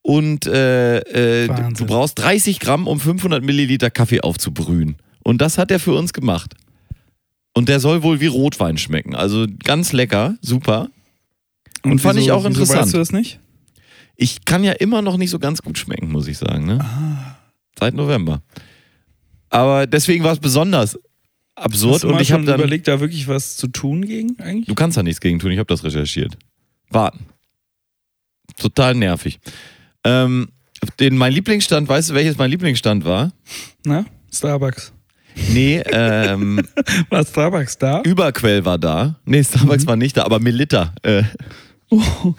Und äh, äh, du- du Wahnsinn. brauchst 30 Gramm, um 500 Milliliter Kaffee aufzubrühen. Und das hat er für uns gemacht. Und der soll wohl wie Rotwein schmecken. Also ganz lecker, super. Und fand ich auch interessant. Wieso weißt du das nicht? Ich kann ja immer noch nicht so ganz gut schmecken, muss ich sagen. Ne? Ah. Seit November. Aber deswegen war es besonders absurd. Hast du Und mal ich habe schon dann. überlegt, da wirklich was zu tun gegen eigentlich? Du kannst da nichts gegen tun, ich habe das recherchiert. Warten. Total nervig. Ähm, den, mein Lieblingsstand, weißt du, welches mein Lieblingsstand war? Na? Starbucks. *laughs* Nee, ähm, War Starbucks da? Überquell war da. Nee, Starbucks war nicht da, aber Melitta. Äh, Mhm. Oh,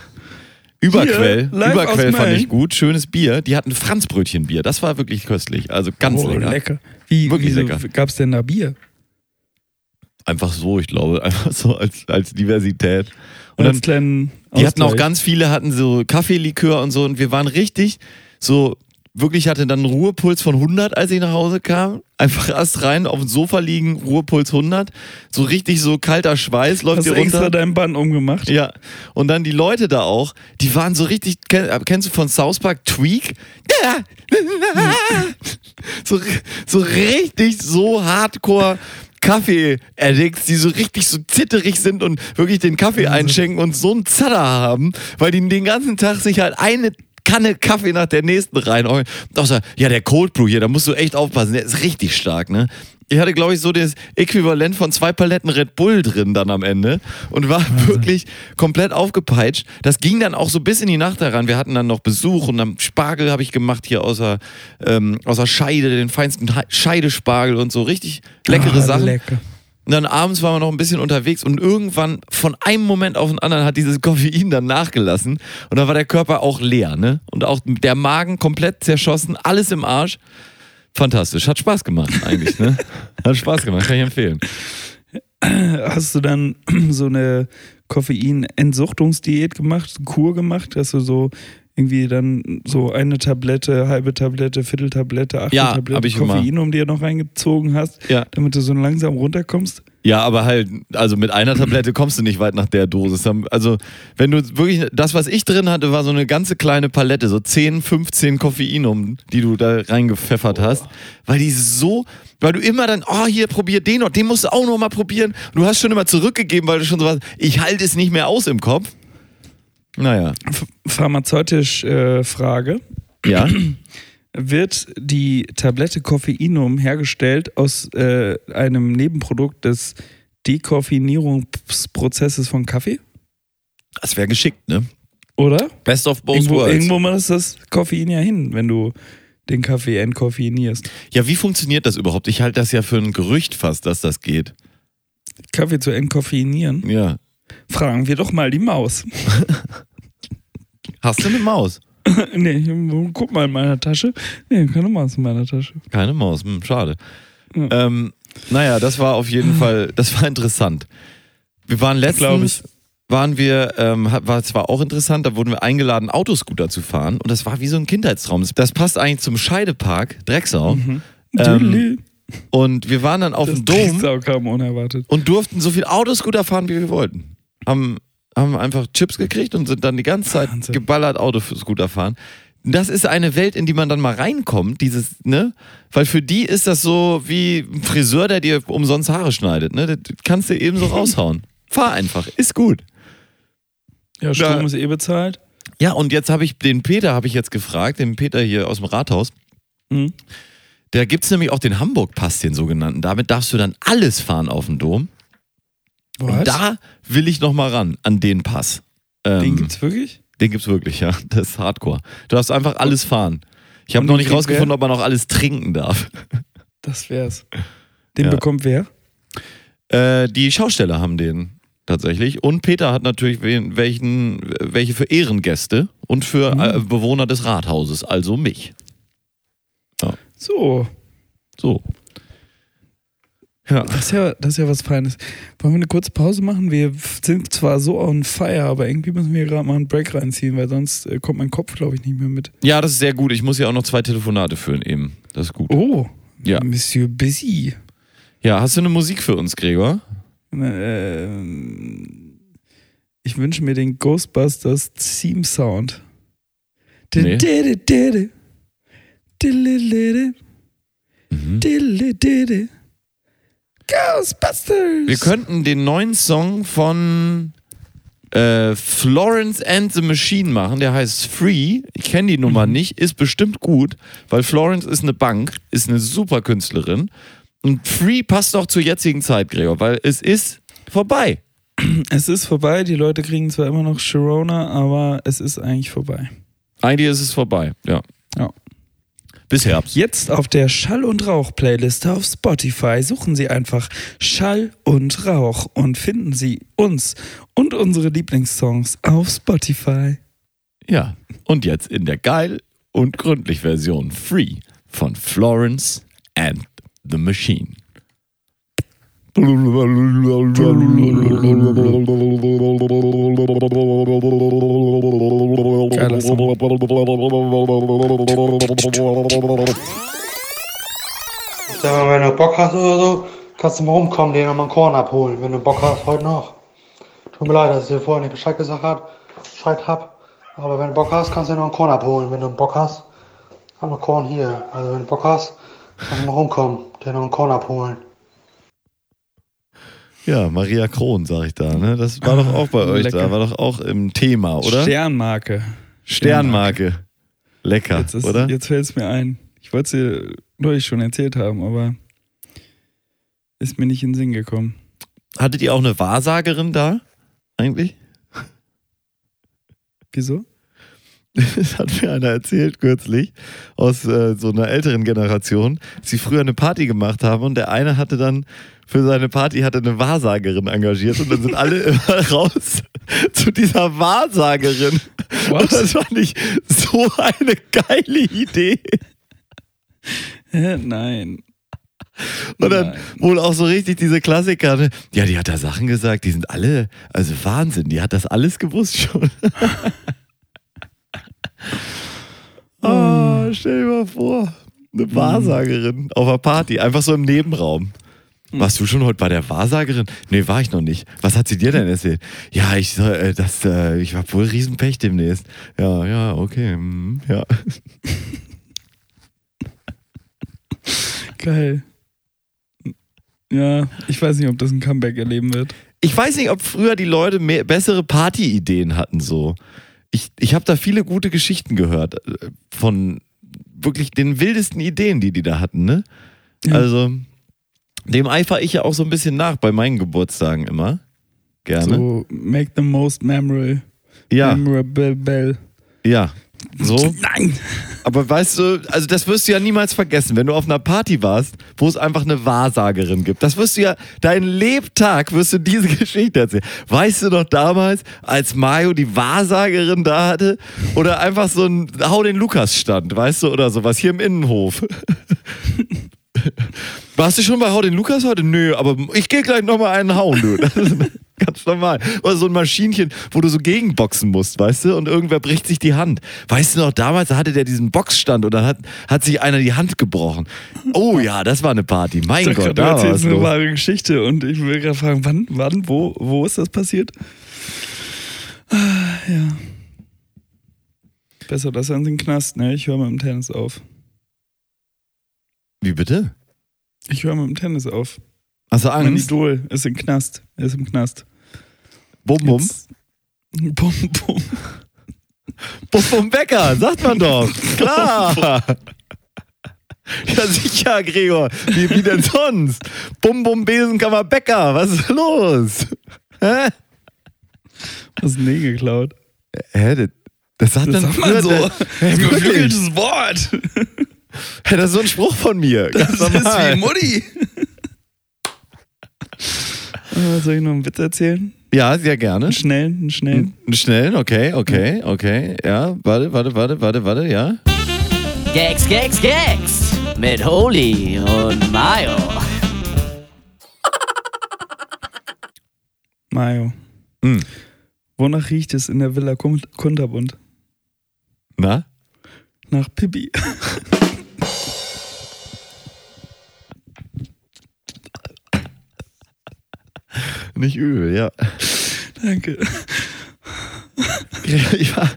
Überquell. live Überquell aus fand ich Mölln. gut. Schönes Bier. Die hatten Franzbrötchenbier. Das war wirklich köstlich. Also ganz oh, lecker. Wie, Wirklich wieso lecker. Gab's denn da Bier? Einfach so, ich glaube. *laughs* Einfach so als, als Diversität. Und als dann kleinen Die hatten auch Ausgleich. ganz viele, hatten so Kaffeelikör und so und wir waren richtig so, wirklich hatte dann einen Ruhepuls von 100, als ich nach Hause kam. Einfach erst rein, auf dem Sofa liegen, Ruhepuls 100. So richtig so kalter Schweiß läuft Hast dir du extra runter. deinen Bann umgemacht? Ja, und dann die Leute da auch, die waren so richtig, kenn, kennst du von South Park Tweak? Ja. so, so richtig so hardcore Kaffee-Addicts, die so richtig so zitterig sind und wirklich den Kaffee einschenken und so einen Zatter haben, weil die den ganzen Tag sich halt eine Kanne Kaffee nach der nächsten reinhauen. Und auch so, ja, der Cold Brew hier, da musst du echt aufpassen, der ist richtig stark, ne? Ich hatte, glaube ich, so das Äquivalent von zwei Paletten Red Bull drin dann am Ende und war wirklich komplett aufgepeitscht. Das ging dann auch so bis in die Nacht daran. Wir hatten dann noch Besuch und dann Spargel habe ich gemacht hier außer, ähm, außer Scheide, den feinsten He- Scheidespargel und so richtig leckere Ah, Sachen. Lecker. Und dann abends waren wir noch ein bisschen unterwegs und irgendwann von einem Moment auf den anderen hat dieses Koffein dann nachgelassen und dann war der Körper auch leer, ne? Und auch der Magen komplett zerschossen, alles im Arsch. Fantastisch, hat Spaß gemacht eigentlich, ne? Hat Spaß gemacht, kann ich empfehlen. Hast du dann *clears throat* so eine Koffein-Entsuchtungsdiät gemacht, Kur gemacht, dass du so irgendwie dann so eine Tablette, halbe Tablette, Vierteltablette, achte Ja, hab Tablette ich Koffein um dir noch reingezogen hast, Ja. damit du so langsam runterkommst? Ja, aber halt, also mit einer Tablette kommst du nicht weit nach der Dosis. Dann- Also, wenn du wirklich, das, was ich drin hatte, war so eine ganze kleine Palette, so 10, 15 Koffeinum, die du da reingepfeffert hast, weil die so, weil du immer dann, oh, hier, probier den noch, den musst du auch noch mal probieren. Du hast schon immer zurückgegeben, weil du schon so warst, ich halte es nicht mehr aus im Kopf. Naja, Ph- Pharmazeutisch äh, Frage. *clears throat* ja. Wird die Tablette Koffeinum hergestellt aus äh, einem Nebenprodukt des Dekoffeinierungsprozesses von Kaffee? Das wäre geschickt, ne? Oder? Best of both Irgendwo, worlds. irgendwo muss das Koffein ja hin, wenn du den Kaffee entkoffeinierst. Ja, wie funktioniert das überhaupt? Ich halte das ja für ein Gerücht fast, dass das geht. Kaffee zu entkoffeinieren, Ja. fragen wir doch mal die Maus. *laughs* Hast du eine Maus? nee, guck mal in meiner Tasche. Nee, keine Maus in meiner Tasche. Keine Maus, hm, schade. Ja. Ähm, naja, das war auf *laughs* jeden Fall, das war interessant. Wir waren Glaub letztens, ich. waren wir, ähm, hat- war, es war auch interessant, da wurden wir eingeladen, Autoscooter zu fahren und das war wie so ein Kindheitstraum. Das passt eigentlich zum Scheidepark, Drecksau. Ähm, Ähm, und wir waren dann auf Mhm. das dem Dom Drecksau kam unerwartet. und durften so viel Autoscooter fahren, wie wir wollten. Haben, haben einfach Chips gekriegt und sind dann die ganze Zeit Wahnsinn. geballert Autoscooter fahren. Das ist eine Welt, in die man dann mal reinkommt, dieses, ne? Weil für die ist das so wie ein Friseur, der dir umsonst Haare schneidet, ne? Das kannst du eben so *laughs* raushauen. Fahr einfach, ist gut. Ja, Strom ist eh bezahlt. Ja, und jetzt habe ich den Peter, habe ich jetzt gefragt, den Peter hier aus dem Rathaus. Mhm. Da gibt's nämlich auch den Hamburg-Pass, den sogenannten. Damit darfst du dann alles fahren auf dem Dom. Und da will ich nochmal ran, an den Pass. Ähm, Den gibt's wirklich? den gibt's wirklich, ja. *laughs* Das ist Hardcore. Du darfst einfach alles fahren. Ich habe Und noch den nicht kriegt rausgefunden, ob man auch alles trinken darf. *laughs* Das wär's. Den Ja. bekommt wer? Äh, die Schausteller haben den tatsächlich. Und Peter hat natürlich wen, welchen, welche für Ehrengäste und für Mhm. äh, Bewohner des Rathauses, also mich. So, So. Ja. das ist, ja, das ist ja was Feines. Wollen wir eine kurze Pause machen? Wir sind zwar so on fire, aber irgendwie müssen wir gerade mal einen Break reinziehen, weil sonst äh, kommt mein Kopf, glaube ich, nicht mehr mit. ja, das ist sehr gut. Ich muss ja auch noch zwei Telefonate führen eben. Das ist gut. Oh, Ja. Monsieur Busy. Ja, hast du eine Musik für uns, Gregor? Ähm, Äh, ich wünsche mir den Ghostbusters Theme Sound. Nee. Dididididi. Dididididi. Mhm. Dididididi. Ghostbusters! Wir könnten den neuen Song von äh, Florence and the Machine machen, der heißt Free. Ich kenne die Nummer nicht, ist bestimmt gut, weil Florence ist eine Bank, ist eine super Künstlerin. Und Free passt auch zur jetzigen Zeit, Gregor, weil es ist vorbei. es ist vorbei, die Leute kriegen zwar immer noch Sharona, aber es ist eigentlich vorbei. Eigentlich ist es vorbei, ja. Ja. Bis Herbst. Jetzt auf der Schall- und Rauch-Playliste auf Spotify suchen Sie einfach Schall und Rauch und finden Sie uns und unsere Lieblingssongs auf Spotify. Ja. Und jetzt in der geil und gründlich Version Free von Florence and the Machine. Geiler Song. Sag mal, wenn du Bock hast oder so, kannst du mal rumkommen, dir nochmal einen Korn abholen, wenn du Bock hast, heute noch. Tut mir leid, dass ich dir vorher nicht Bescheid gesagt hab, Bescheid hab. Aber wenn du Bock hast, kannst du dir noch einen Korn abholen. Wenn du Bock hast, hab noch Korn hier. Also wenn du Bock hast, kannst du mal rumkommen, dir noch einen Korn abholen. Ja, Maria Kron, sag ich da. Ne? Das war doch auch bei euch lecker. da, war doch auch im Thema, oder? Sternmarke. Sternmarke. Lecker, Jetzt, ist- oder? jetzt fällt es mir ein. Ich wollte es dir neulich schon erzählt haben, aber ist mir nicht in den Sinn gekommen. Hattet ihr auch eine Wahrsagerin da eigentlich? Wieso? *laughs* Das hat mir einer erzählt kürzlich aus äh, so einer älteren Generation, dass sie früher eine Party gemacht haben und der eine hatte dann für seine Party hatte eine Wahrsagerin engagiert und dann sind *laughs* alle immer raus zu dieser Wahrsagerin. Und das fand ich so eine geile Idee. Hä? Nein. Und dann Nein. wohl auch so richtig diese Klassiker. Ne? Ja, die hat da Sachen gesagt, die sind alle, also Wahnsinn, die hat das alles gewusst schon. Ah, stell dir mal vor, eine Wahrsagerin auf einer Party, einfach so im Nebenraum. Warst du schon heute bei der Wahrsagerin? Nee, war ich noch nicht. Was hat sie dir denn erzählt? Ja, ich soll, äh, das, äh, ich hab wohl Riesenpech demnächst. Ja, ja, okay, mhm, ja. Geil. Ja, ich weiß nicht, ob das ein Comeback erleben wird. ich weiß nicht, ob früher die Leute mehr, bessere Partyideen hatten so. Ich, ich habe da viele gute Geschichten gehört äh, von wirklich den wildesten Ideen, die die da hatten. Ne? Ja. Also dem eifere ich ja auch so ein bisschen nach bei meinen Geburtstagen immer. Gerne. So, make the most memorable. ja, Memorable. ja. So. Nein! Aber weißt du, also das wirst du ja niemals vergessen, wenn du auf einer Party warst, wo es einfach eine Wahrsagerin gibt. Das wirst du ja, dein Lebtag wirst du diese *laughs* Geschichte erzählen. Weißt du noch damals, als Mario die Wahrsagerin da hatte? Oder einfach so ein Hau den Lukas stand, weißt du, oder sowas, hier im Innenhof. Warst du schon bei Hau den Lukas heute? Nö, aber ich gehe gleich nochmal einen hauen, *laughs* du. Das ist ganz normal. Oder so ein Maschinchen, wo du so gegenboxen musst, weißt du? Und irgendwer bricht sich die Hand. Weißt du noch, damals hatte der diesen Boxstand und dann hat, hat sich einer die Hand gebrochen. Oh ja, das war eine Party. Mein Gott, Gott, du da war erzählst was eine los. wahre Geschichte und ich will gerade fragen, wann, wann, wo, wo ist das passiert? Ah, Ja. Besser das als in den Knast, ne? Ich höre mit dem Tennis auf. Wie bitte? Ich höre mit dem Tennis auf. Hast du Mein Angst? Idol ist im Knast. Er ist im Knast. Bum bum. Jetzt- *laughs* Bum, bum. Bum bum Becker, sagt man *laughs* doch. Klar. Ja, sicher, Gregor. Wie, wie denn sonst? Bum bum Besenkammer Becker, was ist los? Hä? Hast du nie geklaut. Hä? Das, das sagt Das man, sagt man so. *laughs* früher, Hä, wirklich? Geflügeltes Wort. *laughs* Hä, das ist so ein Spruch von mir. Ganz Das ist normal. wie Mutti. *laughs* Äh, Soll ich noch einen Witz erzählen? ja, sehr gerne. Einen schnellen, einen schnellen. Einen Schnellen, okay, okay, okay. Ja, warte, warte, warte, warte, warte, ja. Gags, Gags, Gags mit Holy und Mayo. Mayo. Hm. Wonach riecht es in der Villa Kun- Kunterbund? Na? Nach Pippi. Nicht übel, ja. *laughs* *laughs* Danke. ja.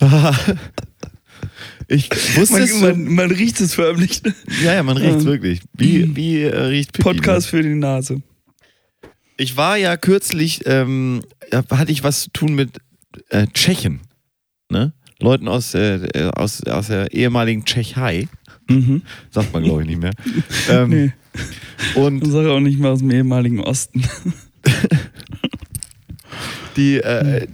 Ah. *laughs* Ich wusste es. Man, man, man riecht es förmlich. ja, ja, man riecht's Ähm. wirklich. Wie, wie äh, riecht Pipi? Podcast für die Nase. Ich war ja kürzlich, ähm, ja, hatte ich was zu tun mit äh, Tschechen. Ne? Leuten aus, äh, äh, aus, aus der ehemaligen Tschechei. Mhm. Sagt man, glaube ich, nicht mehr. *laughs* Ähm, Nee, Und sag auch nicht mal aus dem ehemaligen Osten. die, äh, äh,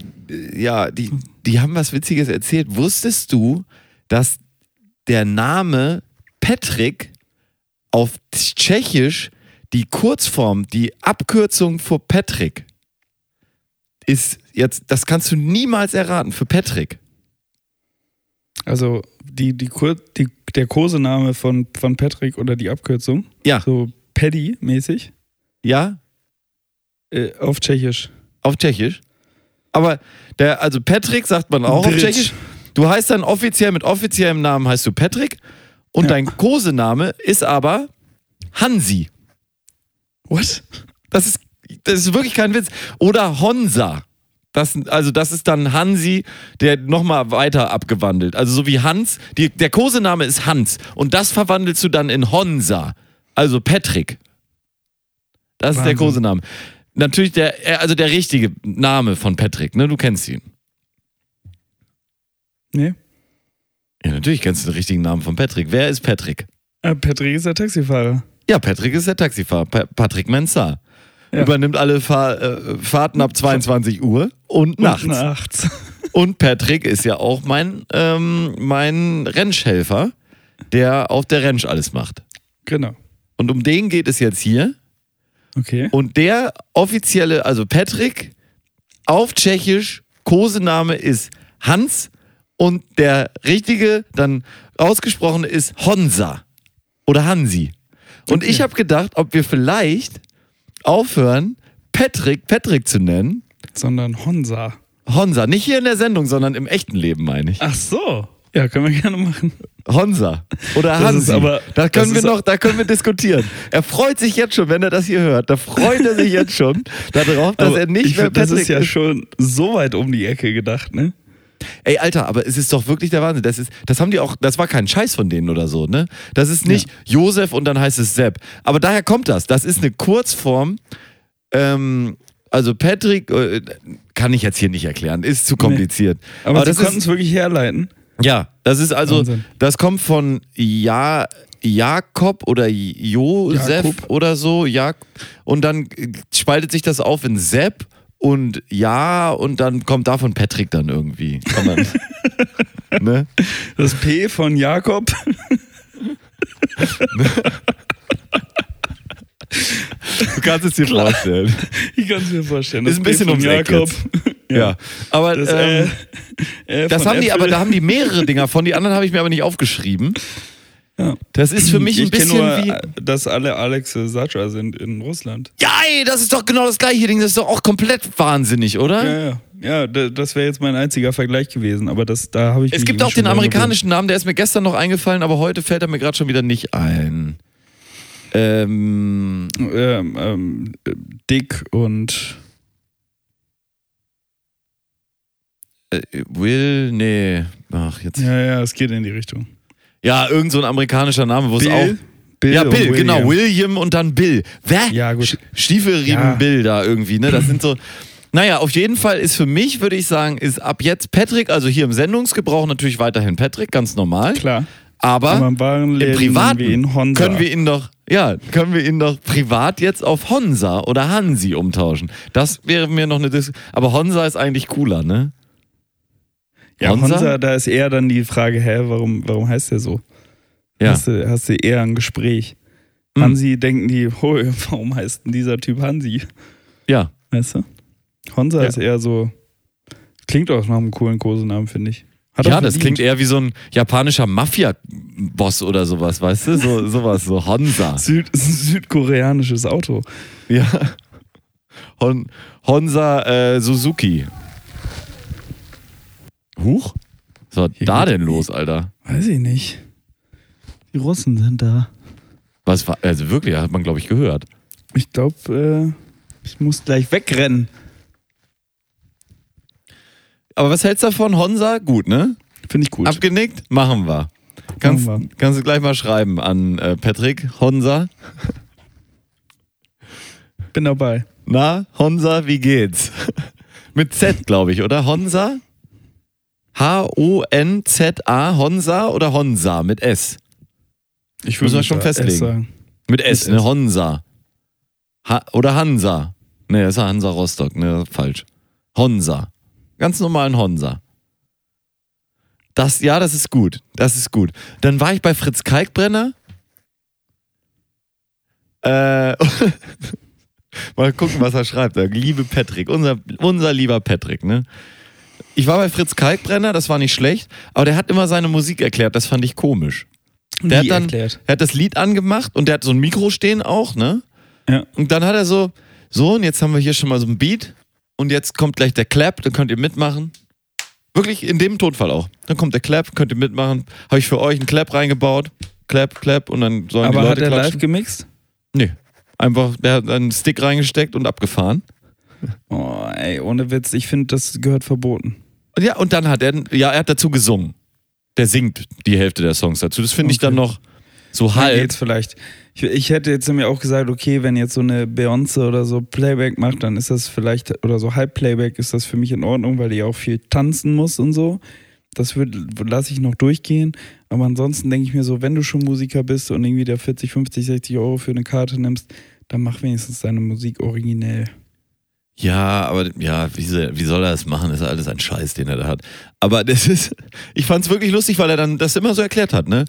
ja, die, die haben was Witziges erzählt. Wusstest du, dass der Name Patrick auf Tschechisch die Kurzform, die Abkürzung für Patrick ist jetzt, das kannst du niemals erraten für Patrick. Also die, die, Kur die, der Kosename von, von Patrick oder die Abkürzung. Ja. So Paddy-mäßig. Ja, Äh, auf Tschechisch. auf Tschechisch. Aber der, also Patrick sagt man auch auf Dritsch. Tschechisch. Du heißt dann offiziell mit offiziellem Namen heißt du Patrick und Ja. dein Kosename ist aber Hansi. What? Das ist, das ist wirklich kein Witz. Oder Honsa. Das, also das ist dann Hansi, der nochmal weiter abgewandelt. Also so wie Hans, die, der Kosename ist Hans und das verwandelst du dann in Honsa. Also Patrick. Das ist der Wahnsinn. Kosename. Natürlich der, äh, also der richtige Name von Patrick, ne? Du kennst ihn. Nee. Ja, natürlich kennst du den richtigen Namen von Patrick. Wer ist Patrick? Äh, Patrick ist der Taxifahrer. Ja, Patrick ist der Taxifahrer. Pa Patrick Mensah. Ja. Übernimmt alle Fahr äh, Fahrten ab 22 Uhr und nachts. Und nachts. *laughs* Und Patrick ist ja auch mein, ähm, mein Rentschhelfer, der auf der Rentsch alles macht. Genau. Und um den geht es jetzt hier. Okay. Und der offizielle, also Patrick, auf Tschechisch, Kosename ist Hans und der richtige, dann ausgesprochene ist Honsa oder Hansi. Und ich habe gedacht, ob wir vielleicht aufhören, Patrick Patrick zu nennen. Sondern Honsa. Honsa, nicht hier in der Sendung, sondern im echten Leben, meine ich. Ach so. Ja, können wir gerne machen. Honsa oder Das Hansi. ist aber- da können das wir ist- noch, da können wir diskutieren. Er freut sich jetzt schon, wenn er das hier hört. Da freut er sich jetzt *laughs* schon darauf, dass Aber er Also nicht ich, mehr find, Das Patrick ist ja schon so weit um die Ecke gedacht, ne? Ey, Alter, aber es ist doch wirklich der Wahnsinn. Das, ist, das haben die auch, das war kein Scheiß von denen oder so, ne? Das ist nicht Josef und dann heißt es Sepp. Aber daher kommt das. Das ist eine Kurzform. Ähm, also Patrick äh, kann ich jetzt hier nicht erklären, ist zu kompliziert. Aber, das sie konnten ist es wirklich herleiten. ja, das ist also, Wahnsinn. das kommt von ja, Jakob oder Josef Jakob. oder so, ja, und dann äh, spaltet sich das auf in Sepp und ja und dann kommt davon Patrick dann irgendwie. Kann *laughs* man, ne? Das P von Jakob. *laughs* Du kannst es dir vorstellen. Ich kann es mir vorstellen. Ist ein bisschen P von ums Eck *laughs* Ja, aber Das, das, äh, ähm, *laughs* äh, das von haben die, Äpfel. aber da haben die mehrere Dinger von. Die anderen habe ich mir aber nicht aufgeschrieben. Ja. Das ist für mich ein ich kenn bisschen nur, wie. äh, dass alle Alex Sacha sind in Russland. Ja, ey, das ist doch genau das gleiche Ding. Das ist doch auch komplett wahnsinnig, oder? Ja, ja. ja da- das wäre jetzt mein einziger Vergleich gewesen, aber das, da habe ich Es mich gibt eben auch schon den dran amerikanischen Namen, der ist mir gestern noch eingefallen, aber heute fällt er mir gerade schon wieder nicht ein. Ähm, gewöhnt. ähm, ähm, äh, Dick und äh, Will, nee. Ach, jetzt. Ja, ja, ja, es geht in die Richtung. irgend so ein amerikanischer Name, wo es auch. Bill ja, und Bill, William. genau. William und dann Bill. Wer? Ja, gut. Stiefelriemen Ja. Bill da irgendwie, ne? Das sind so. Naja, auf jeden Fall ist für mich, würde ich sagen, ist ab jetzt Patrick, also hier im Sendungsgebrauch natürlich weiterhin Patrick, ganz normal. Klar. Aber, Aber im wahren Leben im Privaten nennen Ähm, wir ihn Honsa. können wir ihn doch, ja, können wir ihn doch privat jetzt auf Honsa oder Hansi umtauschen. Das wäre mir noch eine Dis Aber Honsa ist eigentlich cooler, ne? Ja, Honsa? Honsa? da ist eher dann die Frage, hä, warum, warum heißt der so? Ja. Hast, du, hast du eher ein Gespräch. Hm. Hansi denken die, *laughs* hol, warum heißt denn dieser Typ Hansi? Ja. Weißt du? Honsa Ja. ist eher so, klingt auch nach einem coolen Kosenamen, finde ich. Hat Ja, auch das verdient. klingt eher wie so ein japanischer Mafia-Boss oder sowas, weißt du? So, sowas, so *laughs* Honsa. Süd, südkoreanisches Auto. Ja. Hon, Honsa äh, Suzuki. Huch? Was war Hier da geht- denn los, Alter? Weiß ich nicht. Die Russen sind da. Was war, also wirklich, hat man, glaube ich, gehört. Ich glaube, äh, ich muss gleich wegrennen. Aber was hältst du davon? Honsa? Gut, ne? Finde ich gut. Abgenickt? Machen wir. Kannst, Machen kannst du gleich mal schreiben an äh, Patrick. Honsa. Bin dabei. Na, Honsa, wie geht's? *laughs* Mit Z, glaube ich, oder? Honsa? H-O-N-Z-A, Honsa oder Honsa mit S? Ich Müssen wir schon festlegen. Mit S, Mit ne? S. Honsa. Ha oder Hansa. Ne, das ist ja Hansa Rostock, ne? Falsch. Honsa. Ganz normalen Honsa. Das, ja, das ist gut. Das ist gut. Dann war ich bei Fritz Kalkbrenner. Äh, *laughs* mal gucken, was er schreibt. Der Liebe Patrick, unser, unser lieber Patrick, ne? Ich war bei Fritz Kalkbrenner, das war nicht schlecht, aber der hat immer seine Musik erklärt, das fand ich komisch. Der hat dann, erklärt. er hat das Lied angemacht und der hat so ein Mikro stehen auch, ne? Ja. Und dann hat er so, so, und jetzt haben wir hier schon mal so ein Beat und jetzt kommt gleich der Clap, dann könnt ihr mitmachen. Wirklich in dem Tonfall auch. Dann kommt der Clap, könnt ihr mitmachen. Habe ich für euch einen Clap reingebaut. Clap, Clap und dann sollen die Aber hat Leute er live klatschen. gemixt? Nee. Einfach, der hat einen Stick reingesteckt und abgefahren. Oh, ey, ohne Witz, ich finde, das gehört verboten. Und ja, und dann hat er, ja, er hat dazu gesungen. Der singt die Hälfte der Songs dazu. Das finde ich Okay. dann noch so Dann halb. geht's vielleicht. Ich, ich hätte jetzt mir auch gesagt, okay, wenn jetzt so eine Beyoncé oder so Playback macht, dann ist das vielleicht, oder so Halb-Playback ist das für mich in Ordnung, weil die auch viel tanzen muss und so. Das lasse ich noch durchgehen. Aber ansonsten denke ich mir so, wenn du schon Musiker bist und irgendwie da 40, 50, 60 Euro für eine Karte nimmst, dann mach wenigstens deine Musik originell. Ja, aber ja, wie, se- wie soll er das machen? Das ist alles ein Scheiß, den er da hat. Aber das ist, *laughs* ich fand's wirklich lustig, weil er dann das immer so erklärt hat, ne?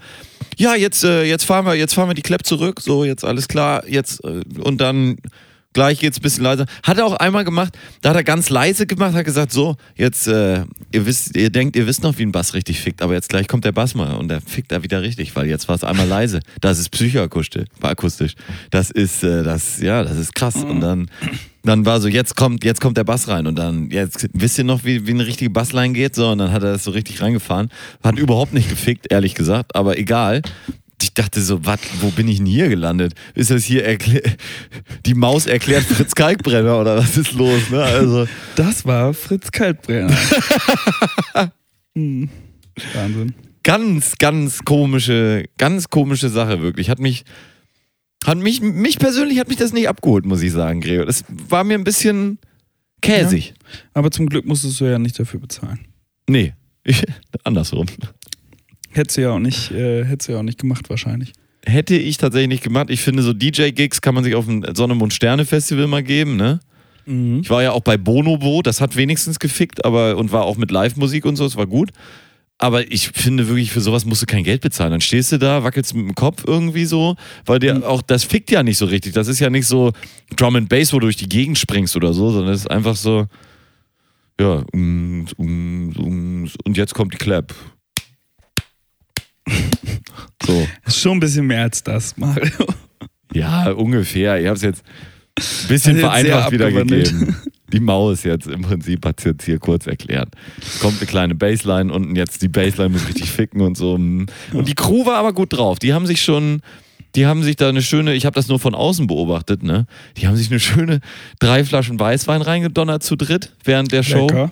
Ja, jetzt, äh, jetzt fahren wir, jetzt fahren wir die Klepp zurück, so, jetzt alles klar, jetzt, äh, und dann gleich geht's ein bisschen leiser. Hat er auch einmal gemacht, da hat er ganz leise gemacht, hat gesagt, so, jetzt, äh, ihr wisst, ihr denkt, ihr wisst noch, wie ein Bass richtig fickt, aber jetzt gleich kommt der Bass mal und der fickt da wieder richtig, weil jetzt war es einmal leise. Das ist psychoakustisch, akustisch. Das ist, äh, das, ja, das ist krass. Und dann, dann war so, jetzt kommt, jetzt kommt der Bass rein und dann, jetzt wisst ihr noch, wie, wie eine richtige Bassline geht, so, und dann hat er das so richtig reingefahren. Hat überhaupt nicht gefickt, ehrlich gesagt, aber egal. Ich dachte so, wat, wo bin ich denn hier gelandet? Ist das hier erklä- *laughs* die Maus erklärt Fritz Kalkbrenner oder was ist los? Ne? Also, Das war Fritz Kaltbrenner. *laughs* hm. Wahnsinn. ganz, ganz komische, ganz komische Sache wirklich. Hat mich, hat mich, mich persönlich hat mich das nicht abgeholt, muss ich sagen, Gregor. Das war mir ein bisschen käsig. Aber zum Glück musstest du ja nicht dafür bezahlen. Nee, ich, *laughs* andersrum. Hättest du ja auch nicht, äh, hättest du ja auch nicht gemacht wahrscheinlich. Hätte ich tatsächlich nicht gemacht. Ich finde, so DJ-Gigs kann man sich auf dem Sonne, Mond, Sterne Festival mal geben, ne? Mhm. Ich war ja auch bei Bonobo, das hat wenigstens gefickt, aber und war auch mit Live-Musik und so, es war gut. Aber ich finde wirklich, für sowas musst du kein Geld bezahlen. Dann stehst du da, wackelst mit dem Kopf irgendwie so, weil dir auch, das fickt ja nicht so richtig. Das ist ja nicht so Drum and Bass, wo du durch die Gegend springst oder so, sondern es ist einfach so, ja, ums, ums, ums, und jetzt kommt die Clap. *laughs* so. Ist schon ein bisschen mehr als das, Mario. Ja, ungefähr. Ich habe es jetzt ein bisschen Also jetzt sehr vereinfacht abgewandelt. wiedergegeben. Die Maus jetzt im Prinzip hat es jetzt hier kurz erklärt. Kommt eine kleine Bassline unten, jetzt die Bassline muss richtig ficken und so. Und die Crew war aber gut drauf. Die haben sich schon, die haben sich da eine schöne, ich habe das nur von außen beobachtet, ne? Die haben sich eine schöne drei Flaschen Weißwein reingedonnert zu dritt während der Show Lecker.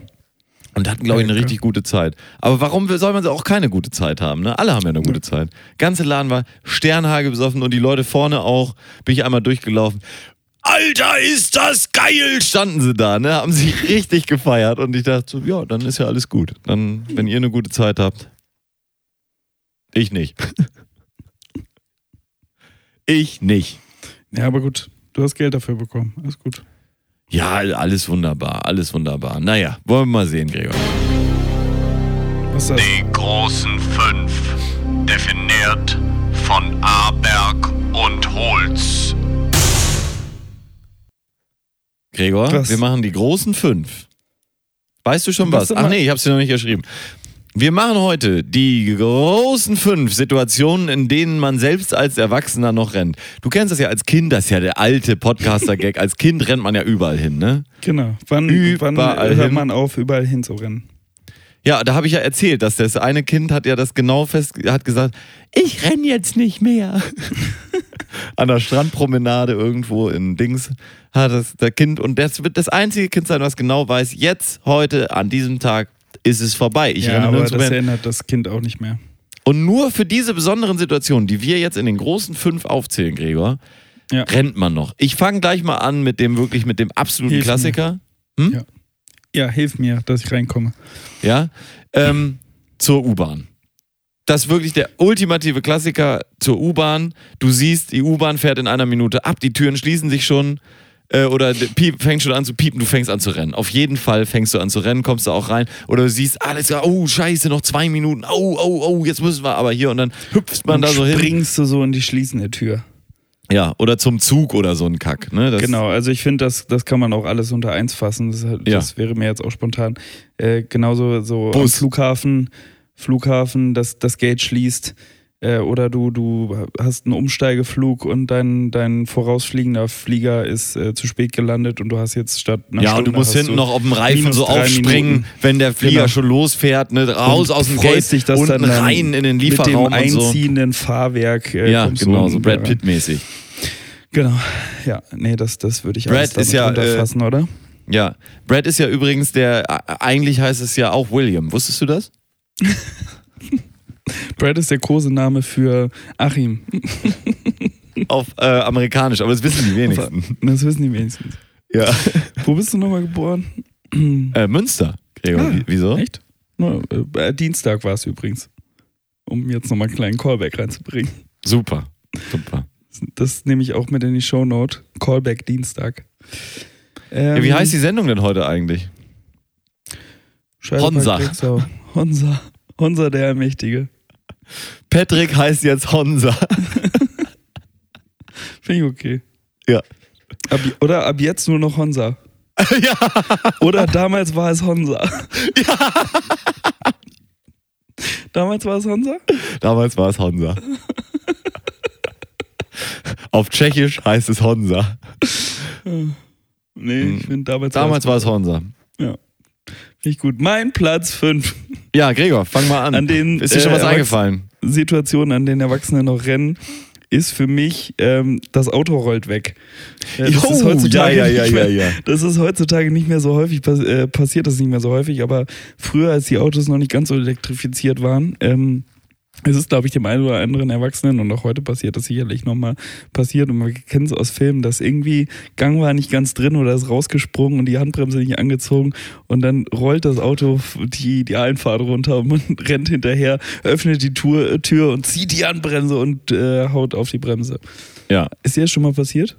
und hatten, glaube ich, eine Lecker. richtig gute Zeit. Aber warum soll man auch keine gute Zeit haben? Ne? Alle haben ja eine gute Zeit. Ganze Laden war Sternhage besoffen und die Leute vorne auch. Bin ich einmal durchgelaufen. Alter, ist das geil! Standen sie da, ne? Haben sich *laughs* richtig gefeiert und ich dachte so, ja, dann ist ja alles gut. Dann, wenn ihr eine gute Zeit habt. Ich nicht. *laughs* ich nicht. Ja, aber gut. Du hast Geld dafür bekommen. Alles gut. Ja, alles wunderbar, alles wunderbar. Naja, wollen wir mal sehen, Gregor. Was ist das? Die großen fünf, definiert von Aberg und Holz. Gregor, Was? wir machen die großen fünf. Weißt du schon was? Was Ach nee, ich hab's dir noch nicht geschrieben. Wir machen heute die großen fünf Situationen, in denen man selbst als Erwachsener noch rennt. Du kennst das ja als Kind, das ist ja der alte Podcaster-Gag. Als Kind rennt man ja überall hin, ne? Genau. Wann, Überall wann hört hin. man auf, überall hinzurennen? Ja, da habe ich ja erzählt, dass das eine Kind hat ja das genau fest, hat gesagt, ich renn jetzt nicht *laughs* mehr. An der Strandpromenade irgendwo in Dings hat das der Kind und das wird das einzige Kind sein, was genau weiß, jetzt, heute, an diesem Tag ist es vorbei. Ich ja, renne aber nirgends das mehr hin. erinnert das Kind auch nicht mehr. Und nur für diese besonderen Situationen, die wir jetzt in den großen fünf aufzählen, Gregor, Ja. rennt man noch. Ich fange gleich mal an mit dem wirklich, mit dem absoluten Hilf mir. Klassiker. Ja, hilf mir, dass ich reinkomme. ja, ähm, zur U-Bahn. Das ist wirklich der ultimative Klassiker zur U-Bahn. Du siehst, die U-Bahn fährt in einer Minute ab, die Türen schließen sich schon äh, oder d- piep, fängt schon an zu piepen, du fängst an zu rennen. Auf jeden Fall fängst du an zu rennen, kommst du auch rein oder du siehst, alles klar, oh scheiße, noch zwei Minuten, oh, oh, oh, jetzt müssen wir aber hier und dann hüpft man Und da so hin. springst du so in die schließende Tür. Ja, oder zum Zug oder so ein Kack. Ne? Das, genau, also ich finde, das, das kann man auch alles unter eins fassen. Das, hat- Ja. das wäre mir jetzt auch spontan. Äh, genauso so am Bus. Flughafen, Flughafen, das, das Gate schließt. Äh, oder du, du hast einen Umsteigeflug und dein, dein vorausfliegender Flieger ist äh, zu spät gelandet und du hast jetzt statt einer Ja, und Stunde du musst hast hinten noch auf dem Reifen minus so drei aufspringen, Minuten. wenn der Flieger Genau. schon losfährt, ne, raus Und aus dem freust Gate dich, dass unten dann dann rein in den mit Lieferraum dem und so. einziehenden Fahrwerk. äh, Ja, kommst du genau, unten so wieder Brad rein. Pitt mäßig. Genau, ja, nee, das, das würde ich Brad alles damit ist ja, äh, runterfassen, oder? Ja, Brad ist ja übrigens der, äh, eigentlich heißt es ja auch William. Wusstest du *laughs* das? Brad ist der Kosename für Achim. Auf äh, amerikanisch, aber das wissen die wenigsten. *laughs* Das wissen die wenigstens. ja. Wo bist du nochmal geboren? Äh, Münster, Gregor, Ah, wie- wieso? Echt? Na, äh, Dienstag war es übrigens. Um jetzt nochmal einen kleinen Callback reinzubringen. Super, super. Das nehme ich auch mit in die Shownote. Callback Dienstag. Ähm, Ja, wie heißt die Sendung denn heute eigentlich? Scheidepark Honsa. Rixau. Honsa. Honsa der Allmächtige. Patrick heißt jetzt Honsa. *laughs* Finde ich okay. Ja. Ab, oder ab jetzt nur noch Honsa. *laughs* ja, Oder damals war es Honsa. Ja. *laughs* Damals war es Honsa? damals war es Honsa. Auf Tschechisch heißt es Honsa. Nee, ich finde damals, Hm. Damals war es Honsa. Finde ich gut. Mein Platz 5. Ja, Gregor, fang mal an. An den, ist dir schon äh, was Erwachs- eingefallen? Situationen, an denen Erwachsene noch rennen, ist für mich, ähm, das Auto rollt weg. Äh, das, Jo, ist heutzutage ja, ja, nicht ja, mehr, ja, ja. das ist heutzutage nicht mehr so häufig, pass äh, passiert das nicht mehr so häufig, aber früher, als die Autos noch nicht ganz so elektrifiziert waren, ähm, es ist, glaube ich, dem einen oder anderen Erwachsenen und auch heute passiert das sicherlich nochmal passiert und wir kennen es aus Filmen, dass irgendwie Gang war nicht ganz drin oder ist rausgesprungen und die Handbremse nicht angezogen und dann rollt das Auto die, die Einfahrt runter und man *laughs* rennt hinterher, öffnet die Tür, Tür und zieht die Handbremse und äh, haut auf die Bremse. Ja. Ist dir das schon mal passiert?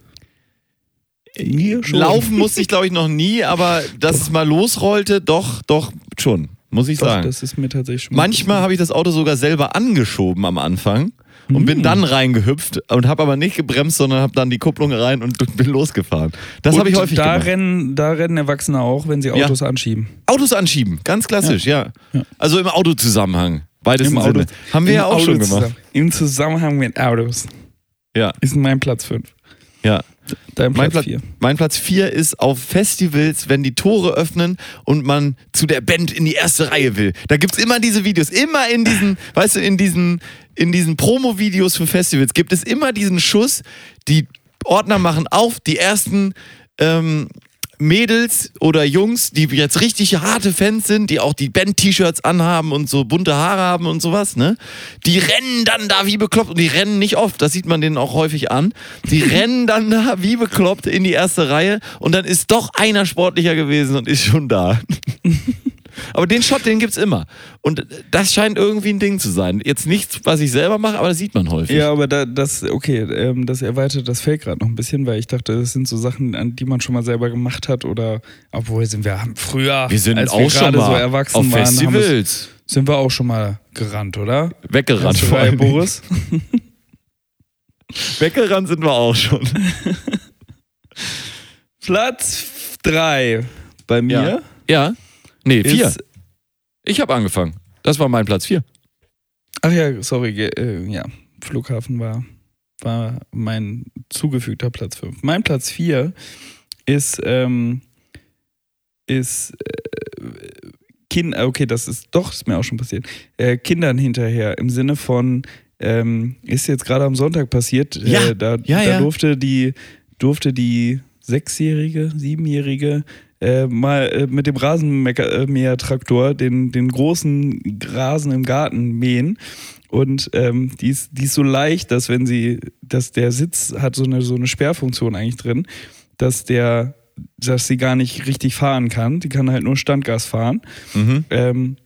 Hier schon. Laufen musste ich, glaube ich, noch nie, aber dass es mal losrollte, doch, doch, schon, muss ich Doch, sagen. das ist mir tatsächlich schon. mal Manchmal habe ich das Auto sogar selber angeschoben am Anfang und bin dann reingehüpft und habe aber nicht gebremst, sondern habe dann die Kupplung rein und bin losgefahren. Das Und habe ich häufig da gemacht. Rennen, da rennen Erwachsene auch, wenn sie Ja. Autos anschieben. Autos anschieben, ganz klassisch, ja. Ja. Also im Autozusammenhang. Beides Im im Auto- Sinne. Haben wir Im ja auch Auto schon gemacht. zusammen- Im Zusammenhang mit Autos. Ja, Ist mein Platz 5. ja. Dein Mein Platz Platz, 4. mein Platz 4 ist auf Festivals, wenn die Tore öffnen und man zu der Band in die erste Reihe will. Da gibt's immer diese Videos, immer in *laughs* diesen, weißt du, in diesen, in diesen Promo-Videos für Festivals gibt es immer diesen Schuss, die Ordner machen auf, die ersten ähm, Mädels oder Jungs, die jetzt richtig harte Fans sind, die auch die Band-T-Shirts anhaben und so bunte Haare haben und sowas, ne? Die rennen dann da wie bekloppt und die rennen nicht oft, das sieht man denen auch häufig an. *laughs* Die rennen dann da wie bekloppt in die erste Reihe und dann ist doch einer sportlicher gewesen und ist schon *laughs* da. Aber den Shot, den gibt's immer. Und das scheint irgendwie ein Ding zu sein. Jetzt nichts, was ich selber mache, aber das sieht man häufig. Ja, aber da, das, okay, ähm, das erweitert das Feld gerade noch ein bisschen, weil ich dachte, das sind so Sachen, an die man schon mal selber gemacht hat oder, obwohl sind wir haben früher, Wir sind als auch wir schon gerade mal so erwachsen auf waren, haben wir, Festivals sind wir auch schon mal gerannt, oder? weggerannt. Hast du vor bei allen Dingen. *laughs* Boris? Weggerannt sind wir auch schon. Platz 3 bei mir Ja. Nee, vier. ist ich habe angefangen. Das war mein Platz vier. Ach ja, sorry, ge- äh, ja, Flughafen war, war mein zugefügter Platz 5. Mein Platz 4 ist, ähm, ist äh, Kinder, okay, das ist doch, ist mir auch schon passiert, äh, Kindern hinterher im Sinne von, ähm, ist jetzt gerade am Sonntag passiert, Ja, äh, da, ja, da ja. durfte die, durfte die Sechsjährige, Siebenjährige äh, mal äh, mit dem Rasenmäher-Traktor den, den großen Rasen im Garten mähen. Und ähm, die, ist, die ist so leicht, dass wenn sie, dass der Sitz hat so eine, so eine Sperrfunktion eigentlich drin, dass der, dass sie gar nicht richtig fahren kann. Die kann halt nur Standgas fahren. Mhm. Ähm,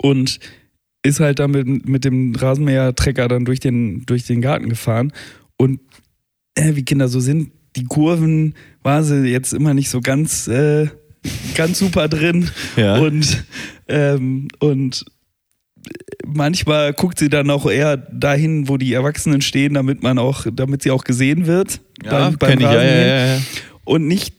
und ist halt dann mit, mit dem Rasenmäher-Trecker dann durch den, durch den Garten gefahren. Und äh, wie Kinder so sind, die Kurven war sie jetzt immer nicht so ganz, äh, ganz super drin. Ja. Und, ähm, und manchmal guckt sie dann auch eher dahin, wo die Erwachsenen stehen, damit man auch, damit sie auch gesehen wird. beim- beim Rasenmähen und nicht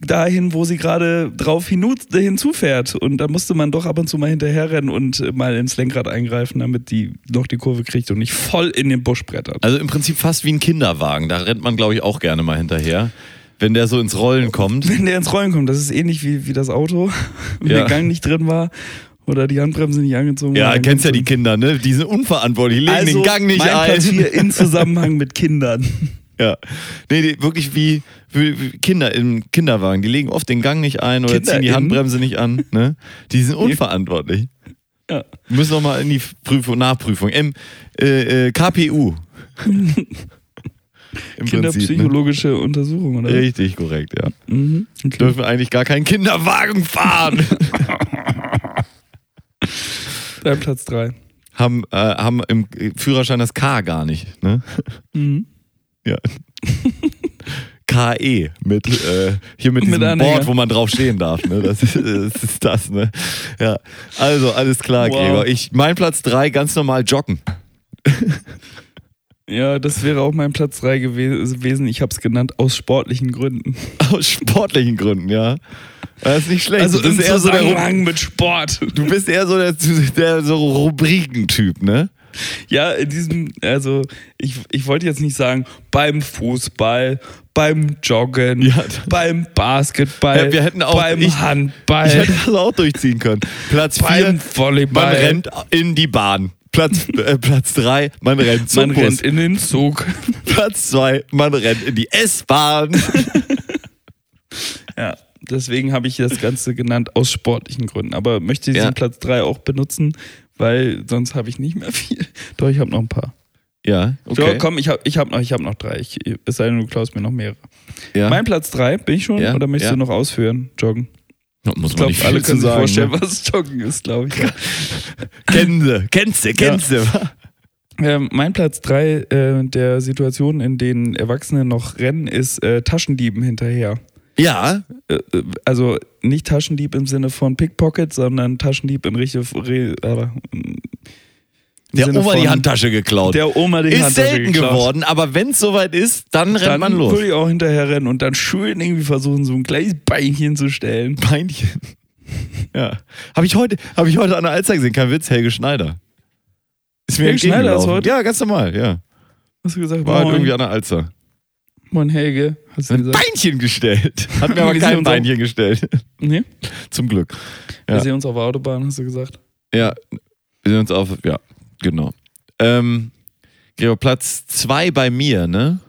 dahin, wo sie gerade drauf hinu- hinzufährt. Und da musste man doch ab und zu mal hinterherrennen und äh, mal ins Lenkrad eingreifen, damit die noch die Kurve kriegt und nicht voll in den Busch brettert. Also im Prinzip fast wie ein Kinderwagen. Da rennt man, glaube ich, auch gerne mal hinterher. Wenn der so ins Rollen kommt. Wenn der ins Rollen kommt, das ist ähnlich wie, wie das Auto, wenn Ja. der Gang nicht drin war oder die Handbremse nicht angezogen war. Ja, dann kennst ja die kommt's Kinder, ne? Die sind unverantwortlich, legen dann. also, den Gang nicht mein ein. Platz hier in Zusammenhang *laughs* mit Kindern. Ja. Nee, die, wirklich wie, wie wie Kinder im Kinderwagen. Die legen oft den Gang nicht ein oder Kinder ziehen die in- Handbremse nicht an. Ne? Die sind unverantwortlich. Ja. Müssen noch mal in die Prüfung, Nachprüfung. M, äh, äh, *laughs* KPU. Im Prinzip, ne? Kinderpsychologische Untersuchung, oder? Richtig, korrekt, ja. Mhm. Okay. Dürfen eigentlich gar keinen Kinderwagen *laughs* fahren. Dein Äh, Platz 3. haben, äh, haben im Führerschein das K gar nicht, ne? Mhm. Ja. *laughs* KE mit äh, hier mit Mit diesem Anhänger. Board, wo man drauf stehen darf. Ne? Das, ist, das ist das, ne? Ja. Also, alles klar, Wow. Gregor. Ich, mein Platz 3, ganz normal joggen. *laughs* Ja, das wäre auch mein Platz 3 gewesen. Ich habe es genannt aus sportlichen Gründen. Aus sportlichen Gründen, ja. Das ist nicht schlecht. du, Also im bist eher so der, Ru- Zusammenhang mit Sport. du bist eher so der, der so Rubrikentyp, ne? Ja, in diesem, also ich, ich wollte jetzt nicht sagen, beim Fußball, beim Joggen, Ja, da- beim Basketball, Ja, wir hätten auch- beim ich- Handball, Ich hätte das auch durchziehen können. Platz 4, beim man Volleyball. rennt in die Bahn. Platz 3, äh, Platz drei, man rennt zum man Bus. rennt in den Zug. Platz 2, man rennt in die S-Bahn. Ja, deswegen habe ich das Ganze genannt aus sportlichen Gründen. Aber möchte diesen Ja. Platz 3 auch benutzen, weil sonst habe ich nicht mehr viel. *laughs* Doch, ich habe noch ein paar. Ja, So, komm, ich habe ich hab noch, ich hab noch drei. Ich, es sei denn, du klaust mir noch mehrere. Ja. Mein Platz drei, bin ich schon? Ja, Oder möchtest ja. du noch ausführen? Joggen. Da muss man Ich glaube, nicht alle viel zu können sich sagen, vorstellen, ne? was Joggen ist, glaube ich. Kennen sie, kennst du, kennst du. *laughs* Ähm, mein Platz 3 äh, der Situationen, in denen Erwachsene noch rennen, ist äh, Taschendieben hinterher. Ja, Äh, äh, also nicht Taschendieb im Sinne von Pickpocket, sondern Taschendieb in Richtung. Re, äh, im der Sinne Oma von- die Handtasche geklaut. Der Oma die ist Handtasche selten geklaut. geworden, aber wenn es soweit ist, dann rennt Dann man los. würde ich auch hinterher rennen und dann schön irgendwie versuchen, so ein kleines Beinchen zu stellen. Beinchen. Ja. Habe ich heute, habe ich heute an der Alster gesehen, kein Witz, Helge Schneider. Ist mir Helge Schneider ist entgegengelaufen. heute? Ja, ganz normal, ja. Hast du gesagt, War halt moin, irgendwie an der Alster. moin Helge? Hast du Ein gesagt? Beinchen *laughs* gestellt. Hat mir aber Wir sehen kein uns auch. Beinchen gestellt. Nee? *laughs* Zum Glück. Ja. Wir sehen uns auf der Autobahn, hast du gesagt. Ja, wir sind uns auf. Ja, genau. Ähm, Gregor, Platz zwei bei mir, ne?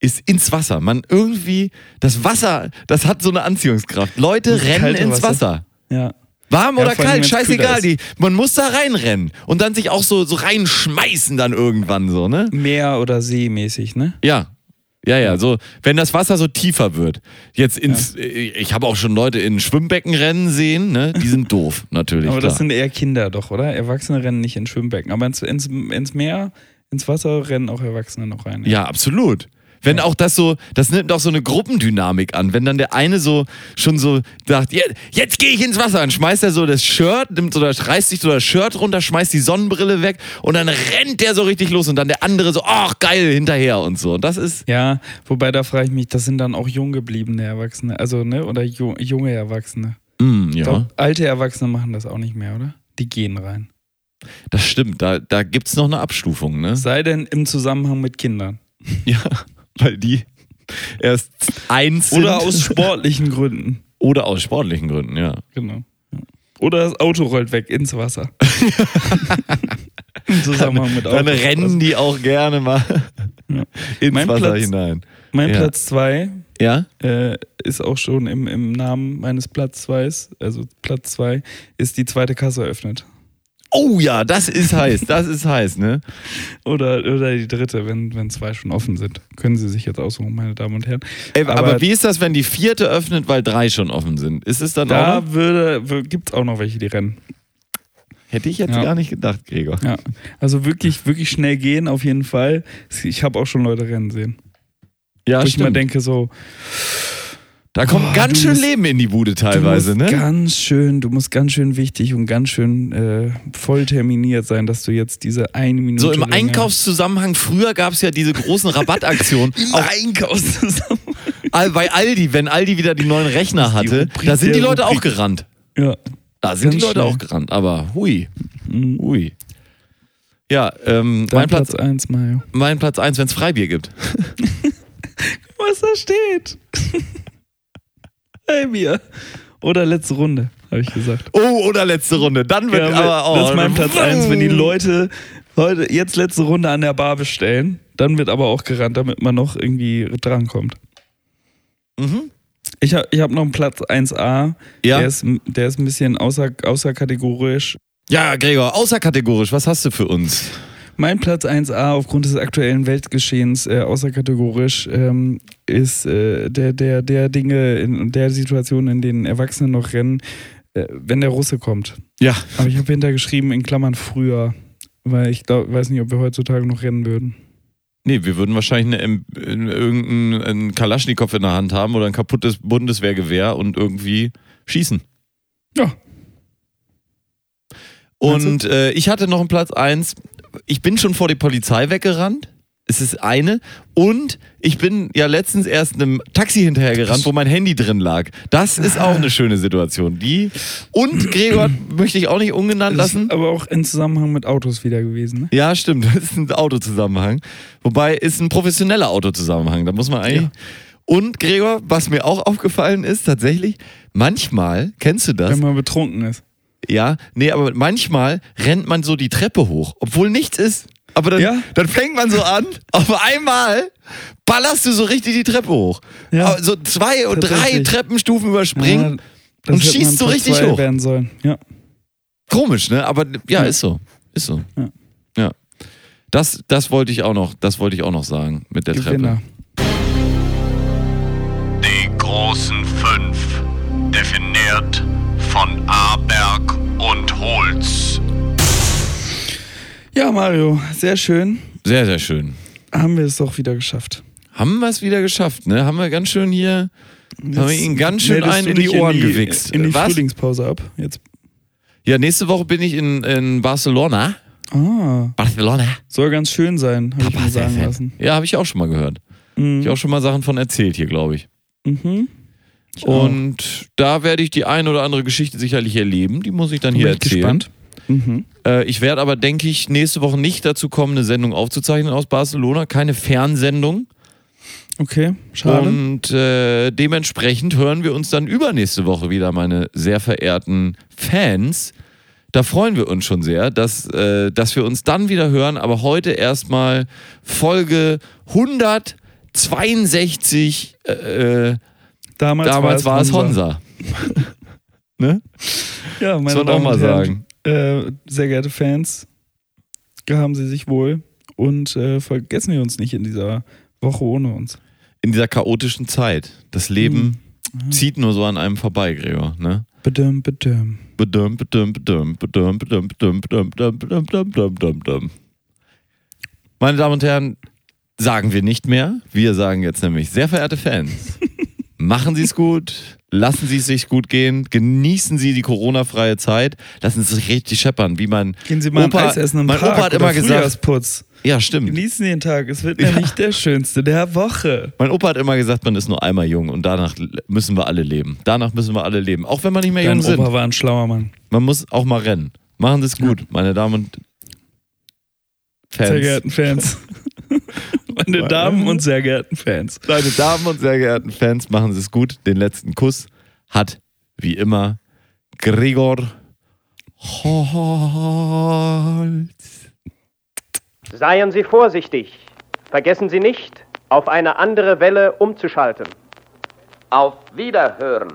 Ist ins Wasser. Man irgendwie, das Wasser, das hat so eine Anziehungskraft. Leute Das rennen kalte ins Wasser. Wasser. Ja. Warm Ja, oder vor allem, kalt, wenn's kühler scheißegal. ist. Die, man muss da reinrennen und dann sich auch so, so reinschmeißen dann irgendwann so, ne? Meer- oder seemäßig, ne? Ja. Ja, ja, so, wenn das Wasser so tiefer wird. Jetzt ins, äh, ich habe auch schon Leute in Schwimmbecken rennen sehen, ne? Die *laughs* sind doof, natürlich. aber klar. das sind eher Kinder doch, oder? Erwachsene rennen nicht ins Schwimmbecken. Aber ins, ins, ins Meer, ins Wasser rennen auch Erwachsene noch rein. Ja, absolut. Wenn auch das so, das nimmt auch so eine Gruppendynamik an. Wenn dann der eine so schon so sagt, jetzt, jetzt gehe ich ins Wasser, dann schmeißt er so das Shirt, nimmt so das, reißt sich so das Shirt runter, schmeißt die Sonnenbrille weg und dann rennt der so richtig los und dann der andere so, ach geil, hinterher und so. Und das ist, Ja, wobei da frage ich mich, das sind dann auch jung gebliebene Erwachsene, also ne, oder ju junge Erwachsene. mm, ja, Ich glaub, alte Erwachsene machen das auch nicht mehr, oder? Die gehen rein. das stimmt. Da, da gibt's noch eine Abstufung, ne? Sei denn im Zusammenhang mit Kindern. Ja, weil die erst eins sind. Oder aus sportlichen Gründen. oder aus sportlichen Gründen, ja. Genau. Ja. Oder das Auto rollt weg ins *laughs* Wasser. Im Zusammenhang mit Dann Auto. Also, rennen die auch gerne mal Ja. ins Mein Wasser Platz- hinein. Mein Ja. Platz 2 Ja? äh, ist auch schon im, im Namen meines Platz 2, also Platz 2, ist die zweite Kasse eröffnet. Oh ja, das ist heiß, das ist heiß, ne? Oder, oder die dritte, wenn, wenn zwei schon offen sind. Können Sie sich jetzt aussuchen, meine Damen und Herren. Ey, aber, Aber- wie ist das, wenn die vierte öffnet, weil drei schon offen sind? Ist es dann auch noch? Da würde, gibt es auch noch welche, die rennen. Hätte ich jetzt Ja. gar nicht gedacht, Gregor. Ja. Also wirklich, wirklich schnell gehen, auf jeden Fall. Ich habe auch schon Leute rennen sehen. Ja, Wo ich immer denke so, Da kommt Boah, ganz du schön musst- Leben in die Bude teilweise, du musst ne? ganz schön, du musst ganz schön wichtig und ganz schön äh, voll terminiert sein, dass du jetzt diese eine Minute So im länger- Einkaufszusammenhang, früher gab es ja diese großen *laughs* Rabattaktionen. auch Einkaufszusammenhang. all- bei Aldi, wenn Aldi wieder die neuen Rechner Das ist die hatte, Rubrik da sind die der Leute auch Rubrik. gerannt. *laughs* Ja. Da sind die Ganz Leute schnell. auch gerannt, aber hui, Mhm. hui. Ja, ähm, Dein mein Platz, Platz 1, Mario. mein Platz eins, wenn es Freibier gibt. was da steht. hey, mir. Oder letzte Runde, habe ich gesagt. Oh, oder letzte Runde. Dann wird aber oh, Mhm. auch. das ist mein Platz 1, wenn die Leute heute jetzt letzte Runde an der Bar bestellen, dann wird aber auch gerannt, damit man noch irgendwie drankommt. Mhm. Ich habe ich hab noch einen Platz 1a, Ja. der, ist, der ist ein bisschen außer, außerkategorisch. Ja, Gregor, außerkategorisch, was hast du für uns? Mein Platz 1a aufgrund des aktuellen Weltgeschehens äh, außerkategorisch ähm, ist äh, der, der, der Dinge in der Situation, in denen Erwachsene noch rennen, äh, wenn der Russe kommt. Ja. Aber ich habe hintergeschrieben in Klammern früher, weil ich glaub, weiß nicht, ob wir heutzutage noch rennen würden. Nee, wir würden wahrscheinlich eine, in, irgendeinen einen Kalaschnikow in der Hand haben oder ein kaputtes Bundeswehrgewehr und irgendwie schießen. Ja. Und äh, ich hatte noch einen Platz eins. Ich bin schon vor die Polizei weggerannt. Es ist eine. Und ich bin ja letztens erst einem Taxi hinterhergerannt, wo mein Handy drin lag. Das ist auch eine schöne Situation. Die und Gregor möchte ich auch nicht ungenannt lassen. ist aber auch in Zusammenhang mit Autos wieder gewesen. Ne? Ja, stimmt. *laughs* Das ist ein Autozusammenhang. Wobei ist ein professioneller Autozusammenhang. Da muss man eigentlich. Ja. Und Gregor, was mir auch aufgefallen ist, tatsächlich, manchmal, kennst du das? Wenn man betrunken ist. Ja, nee, aber manchmal rennt man so die Treppe hoch, obwohl nichts ist. Aber dann, Ja. dann fängt man so an, *laughs* auf einmal ballerst du so richtig die Treppe hoch. Ja. Aber So zwei und drei Tatsächlich. Treppenstufen überspringen. Ja, das und hätte schießt man so Platz richtig zwei hoch. werden sollen. Ja. Komisch, ne? Aber ja, ist so. Ist so. Ja. Ja. Das, das wollte ich auch noch, das wollte ich auch noch sagen mit der Treppe. Gewinner. Die großen fünf, definiert von Aberg und Holz. Ja, Ja, Mario, sehr schön. Sehr, sehr schön. Haben wir es doch wieder geschafft. Haben wir es wieder geschafft, ne? Haben wir ganz schön hier, haben wir ihn ganz schön Meldest einen du in die dich Ohren gewichst. In die Was? Frühlingspause ab. Jetzt. Ja, nächste Woche bin ich in, in Barcelona. Ah, Barcelona. soll ganz schön sein, habe ich mir sagen FM. lassen. Ja, habe ich auch schon mal gehört. Hab ich auch schon mal Sachen von erzählt hier, glaube ich. Mhm. auch. Und da werde ich die ein oder andere Geschichte sicherlich erleben. Die muss ich dann hier Bin ich erzählen. gespannt. Mhm. Äh, ich werde aber, denke ich, nächste Woche nicht dazu kommen, eine Sendung aufzuzeichnen aus Barcelona. Keine Fernsendung. Okay, schade. Und äh, dementsprechend hören wir uns dann übernächste Woche wieder, meine sehr verehrten Fans. Da freuen wir uns schon sehr, dass, äh, dass wir uns dann wieder hören. Aber heute erstmal Folge 162. Äh, äh, damals, damals war es Honsa. Ja, meine Muss man auch Damen mal und Herren, sagen. Äh, sehr geehrte Fans, haben Sie sich wohl und äh, vergessen Sie uns nicht in dieser Woche ohne uns. In dieser chaotischen Zeit. Das Leben Hm. zieht nur so an einem vorbei, Gregor. Ne? Bedüm, bedüm. Bedum, bedum, bedum, bedum, bedum, bedum, bedum, bedum, bedum, bedum, bedum, bedum, bedum. Meine Damen und Herren, sagen wir nicht mehr. Wir sagen jetzt nämlich, sehr verehrte *laughs* Fans, machen Sie es gut, lassen Sie es sich gut gehen, genießen Sie die Corona-freie Zeit, lassen Sie sich richtig scheppern, wie man. Gehen Sie mal Opa- ein Eis essen im mein Park Opa hat oder immer gesagt- Frühjahrsputz. Ja, stimmt. Genießen Sie den Tag, es wird nämlich der schönste der Woche. Mein Opa hat immer gesagt, man ist nur einmal jung und danach l- müssen wir alle leben. Danach müssen wir alle leben. Auch wenn wir nicht mehr Dein jung sind. Opa war ein schlauer Mann. Man muss auch mal rennen. Machen Sie es gut, meine Damen und Fans. Sehr geehrten Fans. Meine Damen und sehr geehrten Fans. Meine Damen und sehr geehrten Fans, machen Sie es gut. Den letzten Kuss hat, wie immer, Gregor Holz. Seien Sie vorsichtig. Vergessen Sie nicht, auf eine andere Welle umzuschalten. Auf Wiederhören.